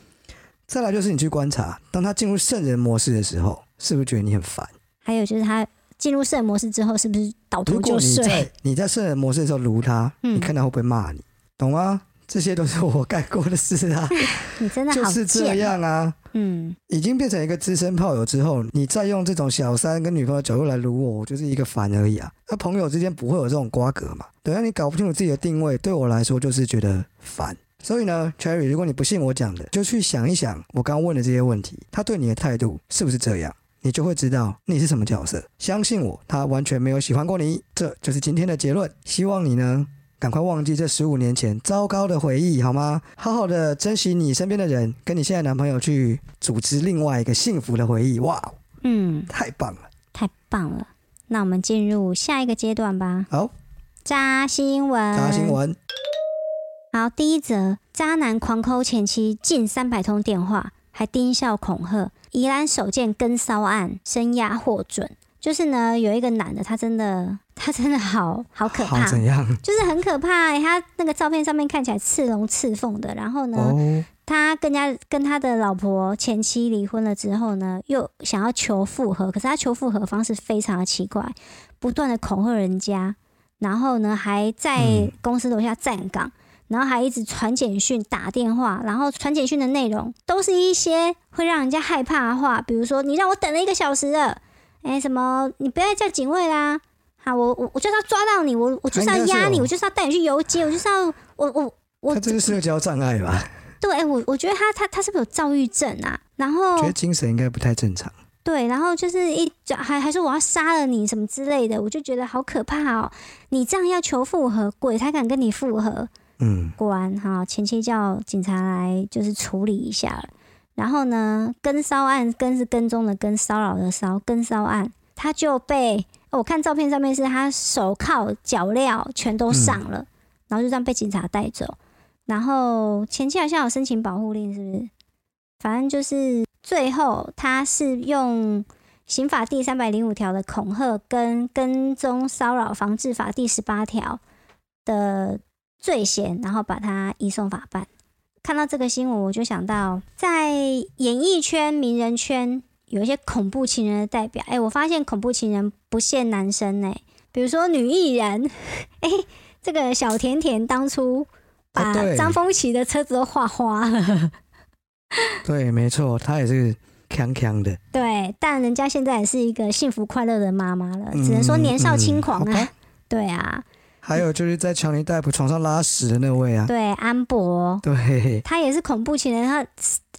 [SPEAKER 1] 再来就是你去观察，当他进入圣人模式的时候，是不是觉得你很烦？
[SPEAKER 2] 还有就是他进入圣模式之后，是不是倒
[SPEAKER 1] 如
[SPEAKER 2] 头
[SPEAKER 1] 果
[SPEAKER 2] 就
[SPEAKER 1] 你
[SPEAKER 2] 睡？
[SPEAKER 1] 在你在圣人模式的时候撸他，
[SPEAKER 2] 嗯
[SPEAKER 1] 你看他会不会骂你？懂吗？这些都是我 干过的事 啊，
[SPEAKER 2] 你真的
[SPEAKER 1] 就
[SPEAKER 2] 好
[SPEAKER 1] 是这
[SPEAKER 2] 贱。
[SPEAKER 1] 样啊。
[SPEAKER 2] 嗯，
[SPEAKER 1] 已经变成一个资深炮友之后，你再用这种小三跟女朋友的角度来撸我，我就是一个烦而已啊。那朋友之间不会有这种瓜葛嘛？等下你搞不清楚自己的定位，对我来说就是觉得烦。所以呢，Cherry，如果你不信我讲的，就去想一想我刚问的这些问题，他对你的态度是不是这样，你就会知道你是什么角色。相信我，他完全没有喜欢过你，这就是今天的结论。希望你呢赶快忘记这十五年前糟糕的回忆，好吗？好好的珍惜你身边的人，跟你现在的男朋友去组织另外一个幸福的回忆。哇，
[SPEAKER 2] 嗯，
[SPEAKER 1] 太棒了！
[SPEAKER 2] 太棒了。那我们进入下一个阶段吧。
[SPEAKER 1] 好，
[SPEAKER 2] 渣新闻，
[SPEAKER 1] 大新。闻，
[SPEAKER 2] 哎好，第一则，渣男狂抠前妻近三百通电话，还盯笑恐吓。宜兰首件跟骚案，深压获准。就是呢，有一个男的，他真的，他真的好好可
[SPEAKER 1] 好
[SPEAKER 2] 怕，
[SPEAKER 1] 怎样？
[SPEAKER 2] 就是很可怕欸、他那个照片上面看起来刺龙刺凤的，然后呢，
[SPEAKER 1] 哦，
[SPEAKER 2] 他跟人家跟他的老婆前妻离婚了之后呢，又想要求复合，可是他求复合的方式非常的奇怪，不断的恐吓人家，然后呢还在
[SPEAKER 1] 嗯
[SPEAKER 2] 公司楼下站岗，然后还一直传简讯、打电话，然后传简讯的内容都是一些会让人家害怕的话，比如说你让我等了一个小时了，哎、什么你不要再叫警卫啦。好，我我我就是要抓到你，我我就是要
[SPEAKER 1] 他应该是
[SPEAKER 2] 压你，
[SPEAKER 1] 有
[SPEAKER 2] 我就是要带你去游街，我就是要我我我
[SPEAKER 1] 他这是社交障碍吧？
[SPEAKER 2] 对，哎我我觉得他他他是不是有躁郁症啊？然
[SPEAKER 1] 觉
[SPEAKER 2] 后
[SPEAKER 1] 得精神应该不太正常。
[SPEAKER 2] 对，然后就是一讲还还说我要杀了你什么之类的，我就觉得好可怕哦！你这样要求复合，鬼才敢跟你复合。
[SPEAKER 1] 嗯，
[SPEAKER 2] 果然哈，前妻叫警察来就是处理一下了。然后呢，跟骚案跟是跟踪的跟，骚扰的骚，跟骚案他就被、哦我看照片上面是他手铐、脚镣全都上了，然后就这样被警察带走。然后前妻好像有申请保护令，是不是？反正就是最后他是用刑法第三百零五条的恐吓跟跟踪骚扰防治法第十八条的罪嫌，然后把他移送法办。看到这个新闻，我就想到在演艺圈、名人圈有一些恐怖情人的代表。哎、我发现恐怖情人不限男生呢、比如说女艺人，哎、这个小甜甜当初把
[SPEAKER 1] 哦对
[SPEAKER 2] 张丰琪的车子都画花了。
[SPEAKER 1] 对，没错，他也是强强的。
[SPEAKER 2] 对，但人家现在也是一个幸福快乐的妈妈了，
[SPEAKER 1] 嗯
[SPEAKER 2] 只能说年少轻狂
[SPEAKER 1] 嗯好
[SPEAKER 2] 啊
[SPEAKER 1] 吧。
[SPEAKER 2] 对啊，
[SPEAKER 1] 还有就是在强尼戴普床上拉屎的那位啊，
[SPEAKER 2] 对安博，
[SPEAKER 1] 对，
[SPEAKER 2] 他也是恐怖情人，他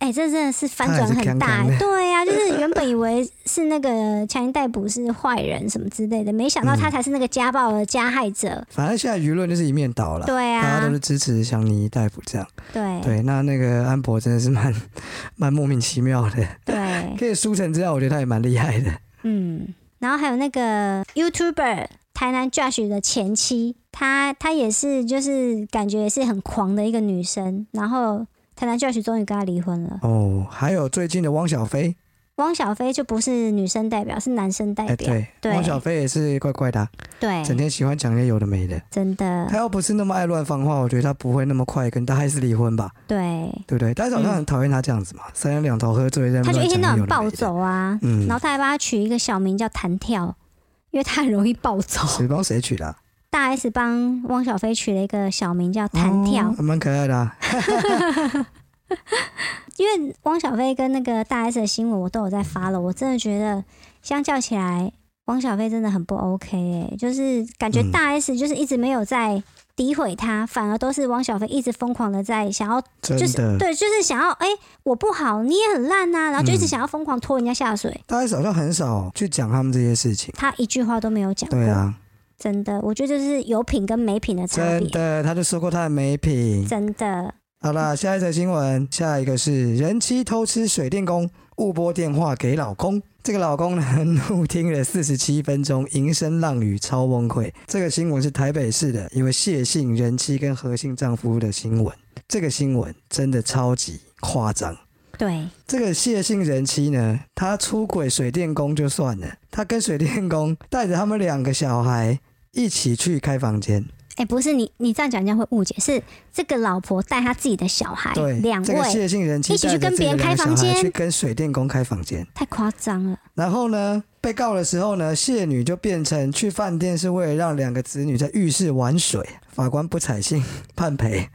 [SPEAKER 2] 哎、这真的是翻
[SPEAKER 1] 他也
[SPEAKER 2] 转
[SPEAKER 1] 是
[SPEAKER 2] 很
[SPEAKER 1] 强
[SPEAKER 2] 大、
[SPEAKER 1] 强的
[SPEAKER 2] 对啊，就是原本以为是那个强行逮捕是坏人什么之类的，没想到他
[SPEAKER 1] 嗯
[SPEAKER 2] 才是那个家暴的加害者。
[SPEAKER 1] 反正现在舆论就是一面倒了。
[SPEAKER 2] 对
[SPEAKER 1] 大家
[SPEAKER 2] 啊
[SPEAKER 1] 都，是支持强尼戴普这样，
[SPEAKER 2] 对
[SPEAKER 1] 对，那那个安博真的是蛮蛮莫名其妙的，
[SPEAKER 2] 对，
[SPEAKER 1] 可以输成这样，我觉得他也蛮厉害 的。
[SPEAKER 2] 嗯，然后还有那个 YouTuber 台南 Josh 的前妻，她她也是就是感觉也是很狂的一个女生，然后台南 Josh 终于跟她离婚了。
[SPEAKER 1] 哦，还有最近的汪小菲，
[SPEAKER 2] 汪小菲就不是女生代表，是男生代
[SPEAKER 1] 哎、
[SPEAKER 2] 表，
[SPEAKER 1] 对，
[SPEAKER 2] 对哎
[SPEAKER 1] 汪小菲也是怪怪的啊、
[SPEAKER 2] 对，
[SPEAKER 1] 整天喜欢讲些有的没的。
[SPEAKER 2] 真的
[SPEAKER 1] 他要不是那么爱乱放话，我觉得他不会那么快跟大 S 离婚吧，
[SPEAKER 2] 对，
[SPEAKER 1] 对不对？但是好像
[SPEAKER 2] 嗯
[SPEAKER 1] 很讨厌他这样子嘛，三天两头喝醉在那
[SPEAKER 2] 他
[SPEAKER 1] 边
[SPEAKER 2] 就一
[SPEAKER 1] 乱讲有
[SPEAKER 2] 天到晚
[SPEAKER 1] 的
[SPEAKER 2] 暴
[SPEAKER 1] 没的。
[SPEAKER 2] 走啊，
[SPEAKER 1] 嗯
[SPEAKER 2] 然后他还帮他取一个小名叫弹跳，因为他很容易暴走。
[SPEAKER 1] 谁帮谁取的啊、
[SPEAKER 2] 大 S 帮汪小菲取了一个小名叫弹跳，
[SPEAKER 1] 哦蛮、可爱的、啊。
[SPEAKER 2] 因为汪小菲跟那个大 S 的新闻我都有在发了，我真的觉得相较起来，汪小菲真的很不 OK 哎、就是感觉
[SPEAKER 1] 嗯
[SPEAKER 2] 大 S 就是一直没有在诋毁他，反而都是汪小菲一直疯狂的在想要，
[SPEAKER 1] 真
[SPEAKER 2] 就
[SPEAKER 1] 的，
[SPEAKER 2] 是对，就是想要哎、我不好，你也很烂呐、然后就一直
[SPEAKER 1] 嗯
[SPEAKER 2] 想要疯狂拖人家下水，
[SPEAKER 1] 大 S 好像很少去讲他们这些事情。
[SPEAKER 2] 他一句话都没有讲过，
[SPEAKER 1] 对啊，
[SPEAKER 2] 真的，我觉得这是有品跟没品的差
[SPEAKER 1] 真
[SPEAKER 2] 别，
[SPEAKER 1] 的，他就说过他的美品。
[SPEAKER 2] 真的，
[SPEAKER 1] 好啦，下一则新闻，下一个是人妻偷吃水电工，误拨电话给老公。这个老公呢，怒听了四十七分钟，吟声浪语，超崩溃。这个新闻是台北市的一位谢姓人妻跟何姓丈夫的新闻。这个新闻真的超级夸张。
[SPEAKER 2] 对，
[SPEAKER 1] 这个谢姓人妻呢，她出轨水电工就算了，她跟水电工带着他们两个小孩一起去开房间。
[SPEAKER 2] 哎，不是你，你这样讲人家会误解，是这个老婆带她自己的小孩
[SPEAKER 1] 对，
[SPEAKER 2] 两
[SPEAKER 1] 这个
[SPEAKER 2] 位，
[SPEAKER 1] 谢姓人妻
[SPEAKER 2] 一起去
[SPEAKER 1] 带着
[SPEAKER 2] 跟别人
[SPEAKER 1] 自己的
[SPEAKER 2] 开房
[SPEAKER 1] 小孩
[SPEAKER 2] 间
[SPEAKER 1] 去跟水电工开房间。
[SPEAKER 2] 太夸张了。
[SPEAKER 1] 然后呢，被告的时候呢，谢女就变成去饭店是为了让两个子女在浴室玩水，法官不采信，判赔。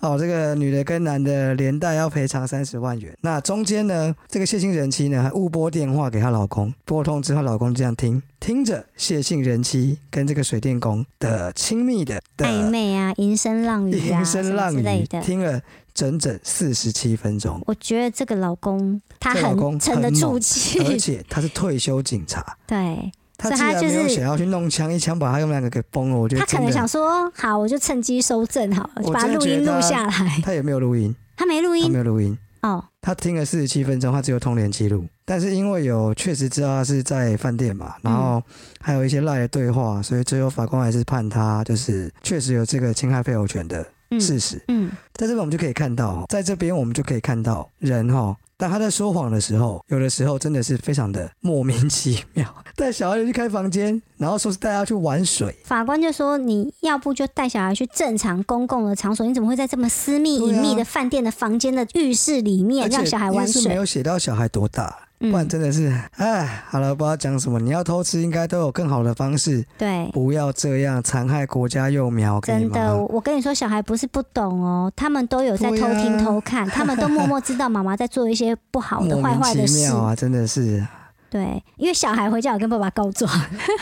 [SPEAKER 1] 哦，这个女的跟男的连带要赔偿三十万元。那中间呢，这个谢姓人妻呢还误拨电话给她老公，拨通之后，老公这样听，听着谢姓人妻跟这个水电工的亲密的的
[SPEAKER 2] 暧昧啊，吟声浪语 啊，
[SPEAKER 1] 吟声浪
[SPEAKER 2] 什么之类
[SPEAKER 1] 语，
[SPEAKER 2] 的。
[SPEAKER 1] 听了整整四十七分钟。
[SPEAKER 2] 我觉得这个老公他
[SPEAKER 1] 这老公
[SPEAKER 2] 很沉得
[SPEAKER 1] 很
[SPEAKER 2] 住
[SPEAKER 1] 猛而
[SPEAKER 2] 气，
[SPEAKER 1] 且他是退休警察，
[SPEAKER 2] 对
[SPEAKER 1] 他
[SPEAKER 2] 所以
[SPEAKER 1] 既
[SPEAKER 2] 他
[SPEAKER 1] 然没有
[SPEAKER 2] 就是
[SPEAKER 1] 想要去弄枪，一枪把他们两个给崩了，我觉得
[SPEAKER 2] 他可
[SPEAKER 1] 真
[SPEAKER 2] 能
[SPEAKER 1] 的
[SPEAKER 2] 想说，好，我就趁机收证好了，
[SPEAKER 1] 我
[SPEAKER 2] 把
[SPEAKER 1] 真的
[SPEAKER 2] 录
[SPEAKER 1] 觉
[SPEAKER 2] 音
[SPEAKER 1] 得
[SPEAKER 2] 录下来。
[SPEAKER 1] 他也没有录音，
[SPEAKER 2] 他没录
[SPEAKER 1] 他
[SPEAKER 2] 音
[SPEAKER 1] 没有录音，
[SPEAKER 2] 哦，
[SPEAKER 1] 他听了四十七分钟，他只有通联记录，但是因为有确实知道他是在饭店嘛，
[SPEAKER 2] 嗯
[SPEAKER 1] 然后还有一些赖的对话，所以最后法官还是判他就是确实有这个侵害配偶权的
[SPEAKER 2] 嗯
[SPEAKER 1] 事实。
[SPEAKER 2] 嗯，
[SPEAKER 1] 在这边我们就可以看到哦，在这边我们就可以看到人哈、当他在说谎的时候，有的时候真的是非常的莫名其妙。 带小孩去开房间，然后说是带他去玩水，
[SPEAKER 2] 法官就说你要不就带小孩去正常公共的场所，你怎么会在这么私密
[SPEAKER 1] 对啊
[SPEAKER 2] 隐秘的饭店的房间的浴室里面
[SPEAKER 1] 而且
[SPEAKER 2] 让小孩
[SPEAKER 1] 因为
[SPEAKER 2] 玩
[SPEAKER 1] 是没
[SPEAKER 2] 水？
[SPEAKER 1] 有写到小孩多大，
[SPEAKER 2] 嗯
[SPEAKER 1] 不然真的是，哎，好了，不知道讲什么。你要偷吃，应该都有更好的方式，
[SPEAKER 2] 对，
[SPEAKER 1] 不要这样残害国家幼苗，可以
[SPEAKER 2] 真的，
[SPEAKER 1] 吗？
[SPEAKER 2] 我我跟你说，小孩不是不懂哦，他们都有在
[SPEAKER 1] 对
[SPEAKER 2] 偷
[SPEAKER 1] 啊
[SPEAKER 2] 听偷 看，他们都默默知道妈妈在做一些不好的、
[SPEAKER 1] 莫
[SPEAKER 2] 坏坏
[SPEAKER 1] 名
[SPEAKER 2] 的
[SPEAKER 1] 其
[SPEAKER 2] 事
[SPEAKER 1] 妙。啊，真的是
[SPEAKER 2] 对，因为小孩回家有跟爸爸 告状，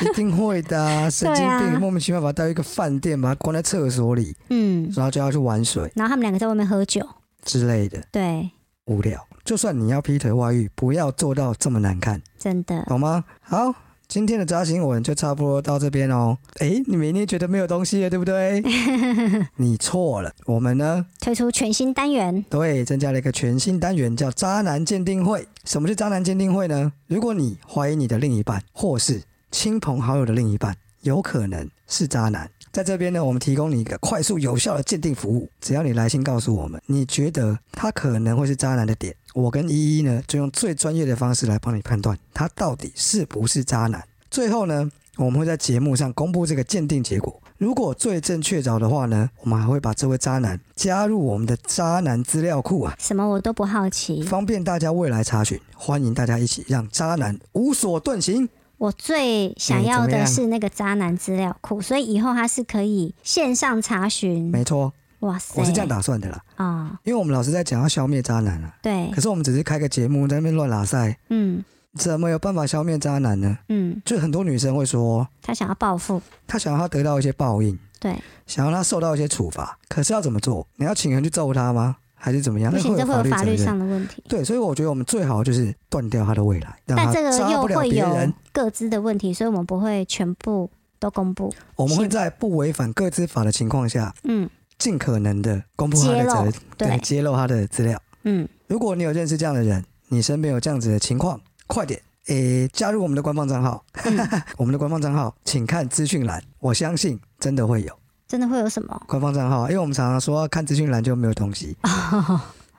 [SPEAKER 1] 一定会的、 啊，神经病，莫名其妙把他带到一个饭店，把他关在厕所里，
[SPEAKER 2] 嗯，
[SPEAKER 1] 然后叫他去玩水
[SPEAKER 2] 然后他们两个在外面喝酒，
[SPEAKER 1] 之类的。
[SPEAKER 2] 对，
[SPEAKER 1] 无聊。就算你要劈腿外遇，不要做到这么难看，
[SPEAKER 2] 真的，
[SPEAKER 1] 好吗？好，今天的扎新闻就差不多到这边哦。诶，你们一定觉得没有东西了，对不对？你错了，我们呢，
[SPEAKER 2] 推出全新单元，
[SPEAKER 1] 对，增加了一个全新单元，叫渣男鉴定会。什么是渣男鉴定会呢？如果你怀疑你的另一半，或是亲朋好友的另一半，有可能是渣男。在这边呢，我们提供你一个快速有效的鉴定服务。只要你来信告诉我们，你觉得他可能会是渣男的点，我跟依依呢就用最专业的方式来帮你判断他到底是不是渣男。最后呢，我们会在节目上公布这个鉴定结果。如果罪证确凿的话呢，我们还会把这位渣男加入我们的渣男资料库啊，
[SPEAKER 2] 什么我都不好奇，
[SPEAKER 1] 方便大家未来查询。欢迎大家一起让渣男无所遁形。
[SPEAKER 2] 我最想
[SPEAKER 1] 哎
[SPEAKER 2] 要
[SPEAKER 1] 怎么
[SPEAKER 2] 的
[SPEAKER 1] 样
[SPEAKER 2] 是那个渣男资料库，所以以后它是可以线上查询。
[SPEAKER 1] 没错，
[SPEAKER 2] 哇塞，
[SPEAKER 1] 哦我是这样打算的啦，
[SPEAKER 2] 啊、
[SPEAKER 1] 因为我们老师在讲要消灭渣男啊，
[SPEAKER 2] 对
[SPEAKER 1] 可，是我们只是开个节目在那边乱拉塞，
[SPEAKER 2] 嗯
[SPEAKER 1] 怎么有办法消灭渣男呢？
[SPEAKER 2] 嗯，
[SPEAKER 1] 就很多女生会说，
[SPEAKER 2] 他想要报复，
[SPEAKER 1] 她想要他得到一些报应，
[SPEAKER 2] 对，
[SPEAKER 1] 想要他受到一些处罚，可是要怎么做？你要请人去揍他吗？还是怎么样？
[SPEAKER 2] 不
[SPEAKER 1] 那
[SPEAKER 2] 行，这
[SPEAKER 1] 有
[SPEAKER 2] 会有法
[SPEAKER 1] 责
[SPEAKER 2] 律
[SPEAKER 1] 任。
[SPEAKER 2] 上的问题。
[SPEAKER 1] 对，所以我觉得我们最好就是断掉他的未来，让
[SPEAKER 2] 但
[SPEAKER 1] 他
[SPEAKER 2] 这个
[SPEAKER 1] 杀
[SPEAKER 2] 又
[SPEAKER 1] 不了
[SPEAKER 2] 会
[SPEAKER 1] 别
[SPEAKER 2] 有
[SPEAKER 1] 人。
[SPEAKER 2] 各自的问题，所以我们不会全部都公布。
[SPEAKER 1] 我们会在不违反各自法的情况下，
[SPEAKER 2] 嗯，
[SPEAKER 1] 尽可能的公布他的责任，
[SPEAKER 2] 对，
[SPEAKER 1] 揭露他的资料。
[SPEAKER 2] 嗯，
[SPEAKER 1] 如果你有认识这样的人，你身边有这样子的情况，快点诶加入我们的官方账号。
[SPEAKER 2] 嗯
[SPEAKER 1] 我们的官方账号，请看资讯栏，我相信真的会有
[SPEAKER 2] 真的会有什么？
[SPEAKER 1] 官方账号，啊因为我们常常说看资讯栏就没有东西。
[SPEAKER 2] 哦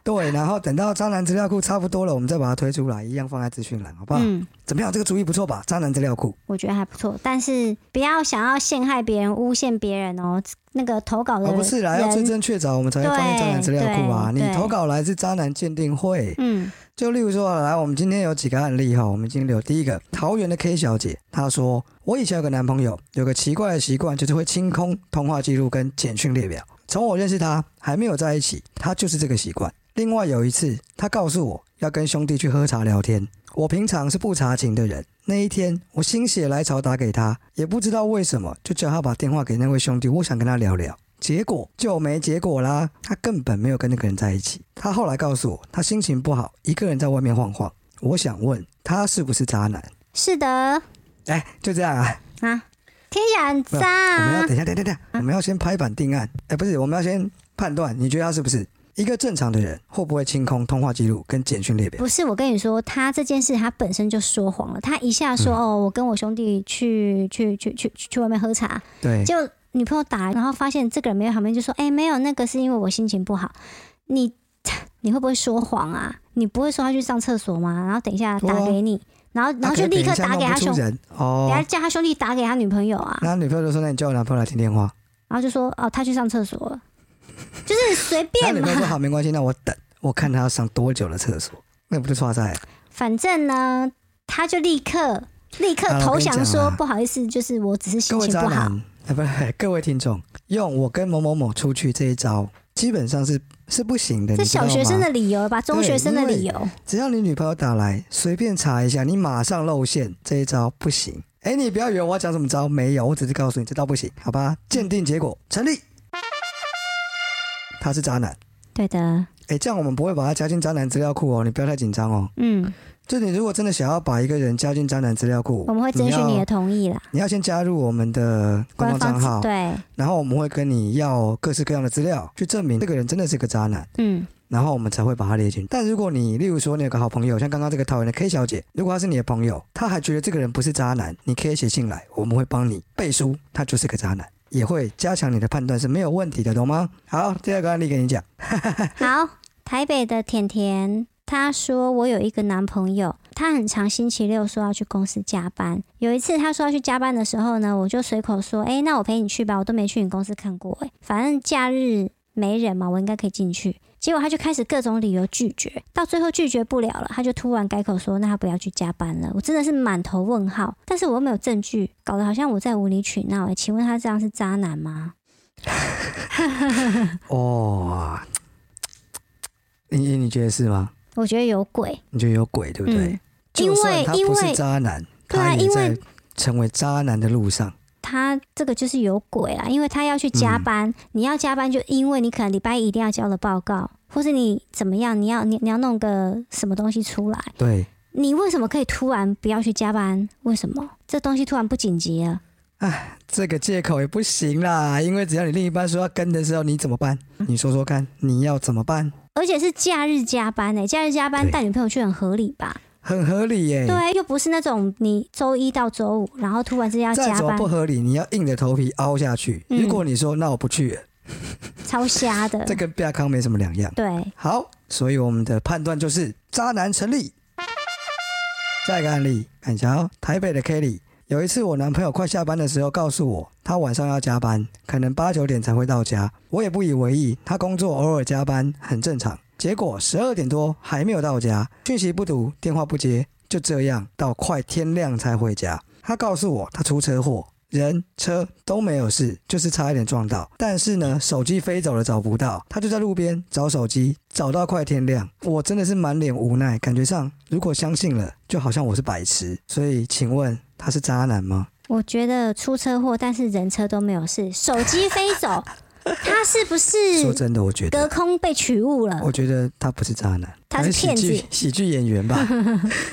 [SPEAKER 1] 对，然后等到渣男资料库差不多了，我们再把它推出来，一样放在资讯栏，好不好？
[SPEAKER 2] 嗯，
[SPEAKER 1] 怎么样？这个主意不错吧？渣男资料库。
[SPEAKER 2] 我觉得还不错，但是不要想要陷害别人、诬陷别人哦。那个投稿的
[SPEAKER 1] 哦，
[SPEAKER 2] 嗯人，
[SPEAKER 1] 不是啦，要真正确凿，我们才会放进渣男资料库啊。
[SPEAKER 2] 对
[SPEAKER 1] 你
[SPEAKER 2] 对
[SPEAKER 1] 投稿来自渣男鉴定会，
[SPEAKER 2] 嗯
[SPEAKER 1] 就例如说，啊来，我们今天有几个案例哈，我们今天有第一个桃园的 K 小姐，她说我以前有个男朋友，有个奇怪的习惯，就是会清空通话记录跟简讯列表。从我认识他还没有在一起，他就是这个习惯。另外有一次，他告诉我要跟兄弟去喝茶聊天，我平常是不查情的人。那一天，我心血来潮打给他，也不知道为什么，就叫他把电话给那位兄弟，我想跟他聊聊。结果就没结果啦，他根本没有跟那个人在一起。他后来告诉我，他心情不好，一个人在外面晃晃。我想问他是不是渣男？
[SPEAKER 2] 是的
[SPEAKER 1] 哎，就这样啊！
[SPEAKER 2] 啊，听起来很
[SPEAKER 1] 不
[SPEAKER 2] 渣
[SPEAKER 1] 我们要
[SPEAKER 2] 啊。
[SPEAKER 1] 等一下，等一下，等一下，我们要先拍板定案。哎，不是，我们要先判断，你觉得他是不是？一个正常的人会不会清空通话记录跟简讯列表？
[SPEAKER 2] 不是，我跟你说，他这件事他本身就说谎了。他一下
[SPEAKER 1] 嗯
[SPEAKER 2] 说、哦，我跟我兄弟去去去去去去外面喝茶，
[SPEAKER 1] 对，
[SPEAKER 2] 就女朋友打来，然后发现这个人没有旁边，就说哎、没有，那个是因为我心情不好。你 你会不会说谎啊？你不会说他去上厕所吗？然后等一下
[SPEAKER 1] 对啊
[SPEAKER 2] 打给你，然后然后
[SPEAKER 1] 啊可
[SPEAKER 2] 就是立
[SPEAKER 1] 等
[SPEAKER 2] 刻
[SPEAKER 1] 一下
[SPEAKER 2] 打给
[SPEAKER 1] 弄
[SPEAKER 2] 他
[SPEAKER 1] 不出
[SPEAKER 2] 兄，
[SPEAKER 1] 人
[SPEAKER 2] 等一下
[SPEAKER 1] 哦。
[SPEAKER 2] 叫他兄弟打给他女朋友啊，
[SPEAKER 1] 然后女朋友就说：“那你叫我男朋友来听电话。
[SPEAKER 2] 然后就说哦，他去上厕所了，就是随”
[SPEAKER 1] 然
[SPEAKER 2] 便
[SPEAKER 1] 后女
[SPEAKER 2] 嘛
[SPEAKER 1] 朋友。说：“好，没关系，那我等，我看他要上多久的厕所。”那不就错在
[SPEAKER 2] 反正呢，他就立刻立刻
[SPEAKER 1] 啊我
[SPEAKER 2] 投
[SPEAKER 1] 跟你
[SPEAKER 2] 降
[SPEAKER 1] 讲
[SPEAKER 2] 说、
[SPEAKER 1] 啊
[SPEAKER 2] 不好意思，就是我只是
[SPEAKER 1] 各
[SPEAKER 2] 心
[SPEAKER 1] 位
[SPEAKER 2] 情
[SPEAKER 1] 渣
[SPEAKER 2] 不好。
[SPEAKER 1] 男，哎，不 是各位听众，用我跟某某某出去这一招，基本上是是不行的。
[SPEAKER 2] 这
[SPEAKER 1] 你知道
[SPEAKER 2] 小学生
[SPEAKER 1] 吗
[SPEAKER 2] 的理由吧，中学生的理由，
[SPEAKER 1] 只要你女朋友打来，随便查一下，你马上露馅，这一招不行。哎，你不要以为我要讲什么招，没有，我只是告诉你这招不行，好吧？鉴定结果成立，他是渣男。
[SPEAKER 2] 对的，
[SPEAKER 1] 哎，这样我们不会把他加进渣男资料库哦，你不要太紧张哦。
[SPEAKER 2] 嗯，
[SPEAKER 1] 就你如果真的想要把一个人加进渣男资料库，
[SPEAKER 2] 我们会征询你
[SPEAKER 1] 要
[SPEAKER 2] 的同意啦，
[SPEAKER 1] 你要先加入我们的官方
[SPEAKER 2] 官
[SPEAKER 1] 账号
[SPEAKER 2] 方，对，
[SPEAKER 1] 然后我们会跟你要各式各样的资料，去证明这个人真的是个渣男。
[SPEAKER 2] 嗯，
[SPEAKER 1] 然后我们才会把他列进。但如果你，例如说你有个好朋友，像刚刚这个桃园的 K 小姐，如果她是你的朋友，她还觉得这个人不是渣男，你可以写信来，我们会帮你背书，他就是个渣男，也会加强你的判断是没有问题的，懂吗？好，第二个案例给你讲，
[SPEAKER 2] 好，台北的甜甜。她说：“我有一个男朋友，他很常星期六说要去公司加班。有一次他说要去加班的时候呢，我就随口说：‘哎、那我陪你去吧，我都没去你公司看过、哎，反正假日没人嘛，我应该可以进去。’结果他就开始各种理由拒绝，到最后拒绝不了了，他就突然改口说：‘那他不要去加班了。’我真的是满头问号，但是我又没有证据，搞得好像我在无理取闹、哎，请问他这样是渣男吗？
[SPEAKER 1] 哦，你你觉得是吗？
[SPEAKER 2] 我觉得有鬼。
[SPEAKER 1] 你觉得有鬼对不对？
[SPEAKER 2] 嗯因为
[SPEAKER 1] 就算他
[SPEAKER 2] 因
[SPEAKER 1] 不
[SPEAKER 2] 为
[SPEAKER 1] 是渣男，
[SPEAKER 2] 对啊
[SPEAKER 1] 他也
[SPEAKER 2] 因为
[SPEAKER 1] 在成为渣男的路上。
[SPEAKER 2] 他这个就是有鬼啦，因为他要去
[SPEAKER 1] 嗯
[SPEAKER 2] 加班，你要加班就因为你可能礼拜一一定要交的报告，或是你怎么样，你要你你要弄个什么东西出来，
[SPEAKER 1] 对，
[SPEAKER 2] 你为什么可以突然不要去加班？为什么这东西突然不紧急了？
[SPEAKER 1] 这个借口也不行啦，因为只要你另一半说要跟的时候，你怎么办？
[SPEAKER 2] 嗯
[SPEAKER 1] 你说说看，你要怎么办？
[SPEAKER 2] 而且是假日加班呢、欸假日加班
[SPEAKER 1] 对
[SPEAKER 2] 带女朋友去很合理吧？
[SPEAKER 1] 很合理耶、
[SPEAKER 2] 对啊，又不是那种你周一到周五，然后突然之间要
[SPEAKER 1] 再
[SPEAKER 2] 加
[SPEAKER 1] 哎怎么
[SPEAKER 2] 班
[SPEAKER 1] 不，合理，你要硬着头皮凹下去。
[SPEAKER 2] 嗯
[SPEAKER 1] 如果你说那我不去，
[SPEAKER 2] 超瞎的。
[SPEAKER 1] 这跟亚康没什么两样。
[SPEAKER 2] 对，
[SPEAKER 1] 好，所以我们的判断就是渣男成立。下一个案例，看一下哦，台北的 Kelly。有一次，我男朋友快下班的时候告诉我，他晚上要加班，可能八九点才会到家。我也不以为意，他工作偶尔加班很正常。结果十二点多还没有到家，讯息不读，电话不接，就这样到快天亮才回家。他告诉我，他出车祸，人车都没有事，就是差一点撞到。但是呢，手机飞走了找不到，他就在路边找手机，找到快天亮。我真的是满脸无奈，感觉上如果相信了，就好像我是白痴。所以，请问他是渣男吗？
[SPEAKER 2] 我觉得出车祸，但是人车都没有事，手机飞 走，他是不是
[SPEAKER 1] 说真的，我觉
[SPEAKER 2] 隔
[SPEAKER 1] 得，
[SPEAKER 2] 空被取物了
[SPEAKER 1] 我。觉得他不是渣男，
[SPEAKER 2] 他是
[SPEAKER 1] 喜
[SPEAKER 2] 骗子
[SPEAKER 1] 剧喜剧演员 吧？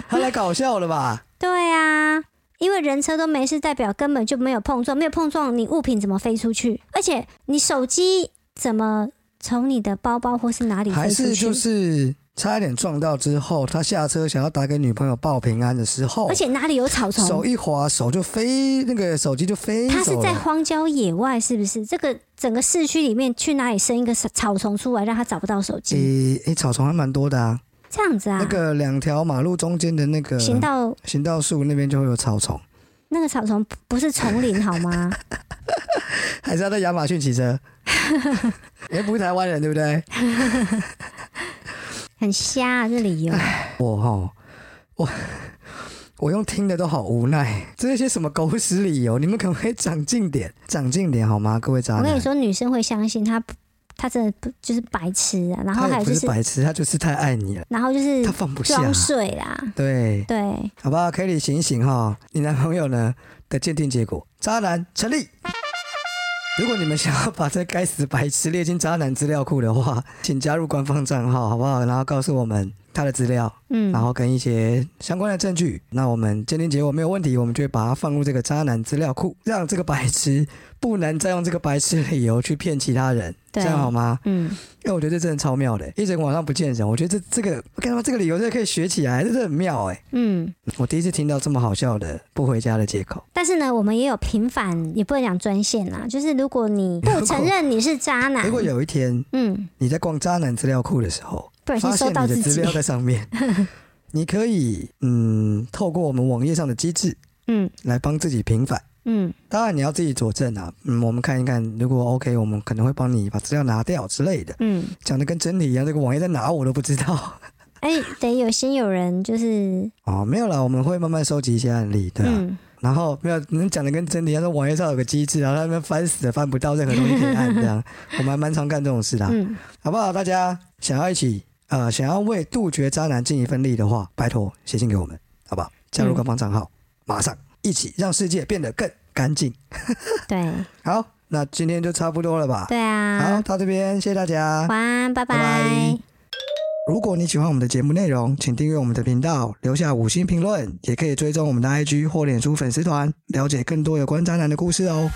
[SPEAKER 1] 他来搞笑了吧？
[SPEAKER 2] 对啊，因为人车都没事，代表根本就没有碰撞，没有碰撞，你物品怎么飞出去？而且你手机怎么从你的包包或是哪里
[SPEAKER 1] 还
[SPEAKER 2] 飞出
[SPEAKER 1] 是
[SPEAKER 2] 去？
[SPEAKER 1] 就是差一点撞到之后，他下车想要打给女朋友报平安的时候，
[SPEAKER 2] 而且哪里有草丛
[SPEAKER 1] 哦手？一滑，手就飞，那个手机就飞
[SPEAKER 2] 他是
[SPEAKER 1] 走
[SPEAKER 2] 在
[SPEAKER 1] 了。
[SPEAKER 2] 荒郊野外，是不是？这个整个市区里面去哪里生一个草草丛出来，让他找不到手机？
[SPEAKER 1] 诶诶，草丛还蛮多的啊。
[SPEAKER 2] 这样子啊？
[SPEAKER 1] 那个两条马路中间的那个
[SPEAKER 2] 行到
[SPEAKER 1] 行道树那边就会有草丛，
[SPEAKER 2] 那个草丛不不是丛林好吗？
[SPEAKER 1] 还是要在亚马逊骑 车？也不是台湾人，对不对？
[SPEAKER 2] 很瞎、啊、这理由。
[SPEAKER 1] 我哈，我我用听的都好无奈，这些什么狗屎理由，你们可不可以长进点？长进点好吗，各位渣
[SPEAKER 2] 我跟你
[SPEAKER 1] 男？
[SPEAKER 2] 说，女生会相信他不，他真的不就是白痴啊。然
[SPEAKER 1] 他
[SPEAKER 2] 后还
[SPEAKER 1] 也
[SPEAKER 2] 有
[SPEAKER 1] 不
[SPEAKER 2] 就是是，
[SPEAKER 1] 白痴，他就是太爱你了，
[SPEAKER 2] 然后就是
[SPEAKER 1] 他放不下。
[SPEAKER 2] 装睡啦。
[SPEAKER 1] 对，
[SPEAKER 2] 对，
[SPEAKER 1] 好吧，Kelly 醒一醒哈，你男朋友呢的鉴定结果，渣男成立。如果你们想要把这该死白痴列进渣男资料库的话，请加入官方账号，好不好？然后告诉我们他的资料，
[SPEAKER 2] 嗯，
[SPEAKER 1] 然后跟一些相关的证据。那我们鉴定结果没有问题，我们就会把它放入这个渣男资料库，让这个白痴不能再用这个白痴的理由去骗其他人，这
[SPEAKER 2] 对
[SPEAKER 1] 样好吗？
[SPEAKER 2] 嗯，
[SPEAKER 1] 因为我觉得这真的超妙的，一整个晚上不见人，我觉得这这个，我干嘛这个理由真的可以学起来，这真的很妙哎！
[SPEAKER 2] 嗯，
[SPEAKER 1] 我第一次听到这么好笑的不回家的借口。
[SPEAKER 2] 但是呢，我们也有平反，也不能讲专线啦，就是如果你不承认你是渣男
[SPEAKER 1] 如，果有一天
[SPEAKER 2] 嗯，
[SPEAKER 1] 你在逛渣男资料库的时候，
[SPEAKER 2] 不小
[SPEAKER 1] 发
[SPEAKER 2] 心
[SPEAKER 1] 现
[SPEAKER 2] 收
[SPEAKER 1] 你
[SPEAKER 2] 到
[SPEAKER 1] 的
[SPEAKER 2] 自
[SPEAKER 1] 资
[SPEAKER 2] 己
[SPEAKER 1] 料，在上 面，你可以嗯透过我们网页上的机制
[SPEAKER 2] 嗯
[SPEAKER 1] 来帮自己平反。
[SPEAKER 2] 嗯
[SPEAKER 1] 当然你要自己佐证啊，嗯，我们看一看，如果 OK，我们可能会帮你把资料拿掉之类的。
[SPEAKER 2] 嗯，
[SPEAKER 1] 讲的跟真理一样，这个网页在哪我都不知道。
[SPEAKER 2] 哎、得有心有人就是，
[SPEAKER 1] 哦，没有啦，我们会慢慢收集一些案例，对啊。
[SPEAKER 2] 嗯，
[SPEAKER 1] 然后没有，你讲的跟真理一样，说网页上有个机制，然后他们翻死了翻不到任何东西可以按，这样我们还蛮常干这种事的啊、
[SPEAKER 2] 嗯，
[SPEAKER 1] 好不好？大家想要一起呃，想要为杜绝渣男尽一份力的话，拜托写信给我们，好不好？加入
[SPEAKER 2] 嗯
[SPEAKER 1] 官方账号，马上一起让世界变得更干净。
[SPEAKER 2] 对
[SPEAKER 1] 好，那今天就差不多了吧？
[SPEAKER 2] 对
[SPEAKER 1] 好，
[SPEAKER 2] 啊，
[SPEAKER 1] 到这边谢谢大家。
[SPEAKER 2] 晚安，拜
[SPEAKER 1] 拜拜
[SPEAKER 2] 拜
[SPEAKER 1] 如果你喜欢我们的节目内容，请订阅我们的频道，留下五星评论，也可以追踪我们的 IG 或脸书粉丝团，了解更多有关渣男的故事哦。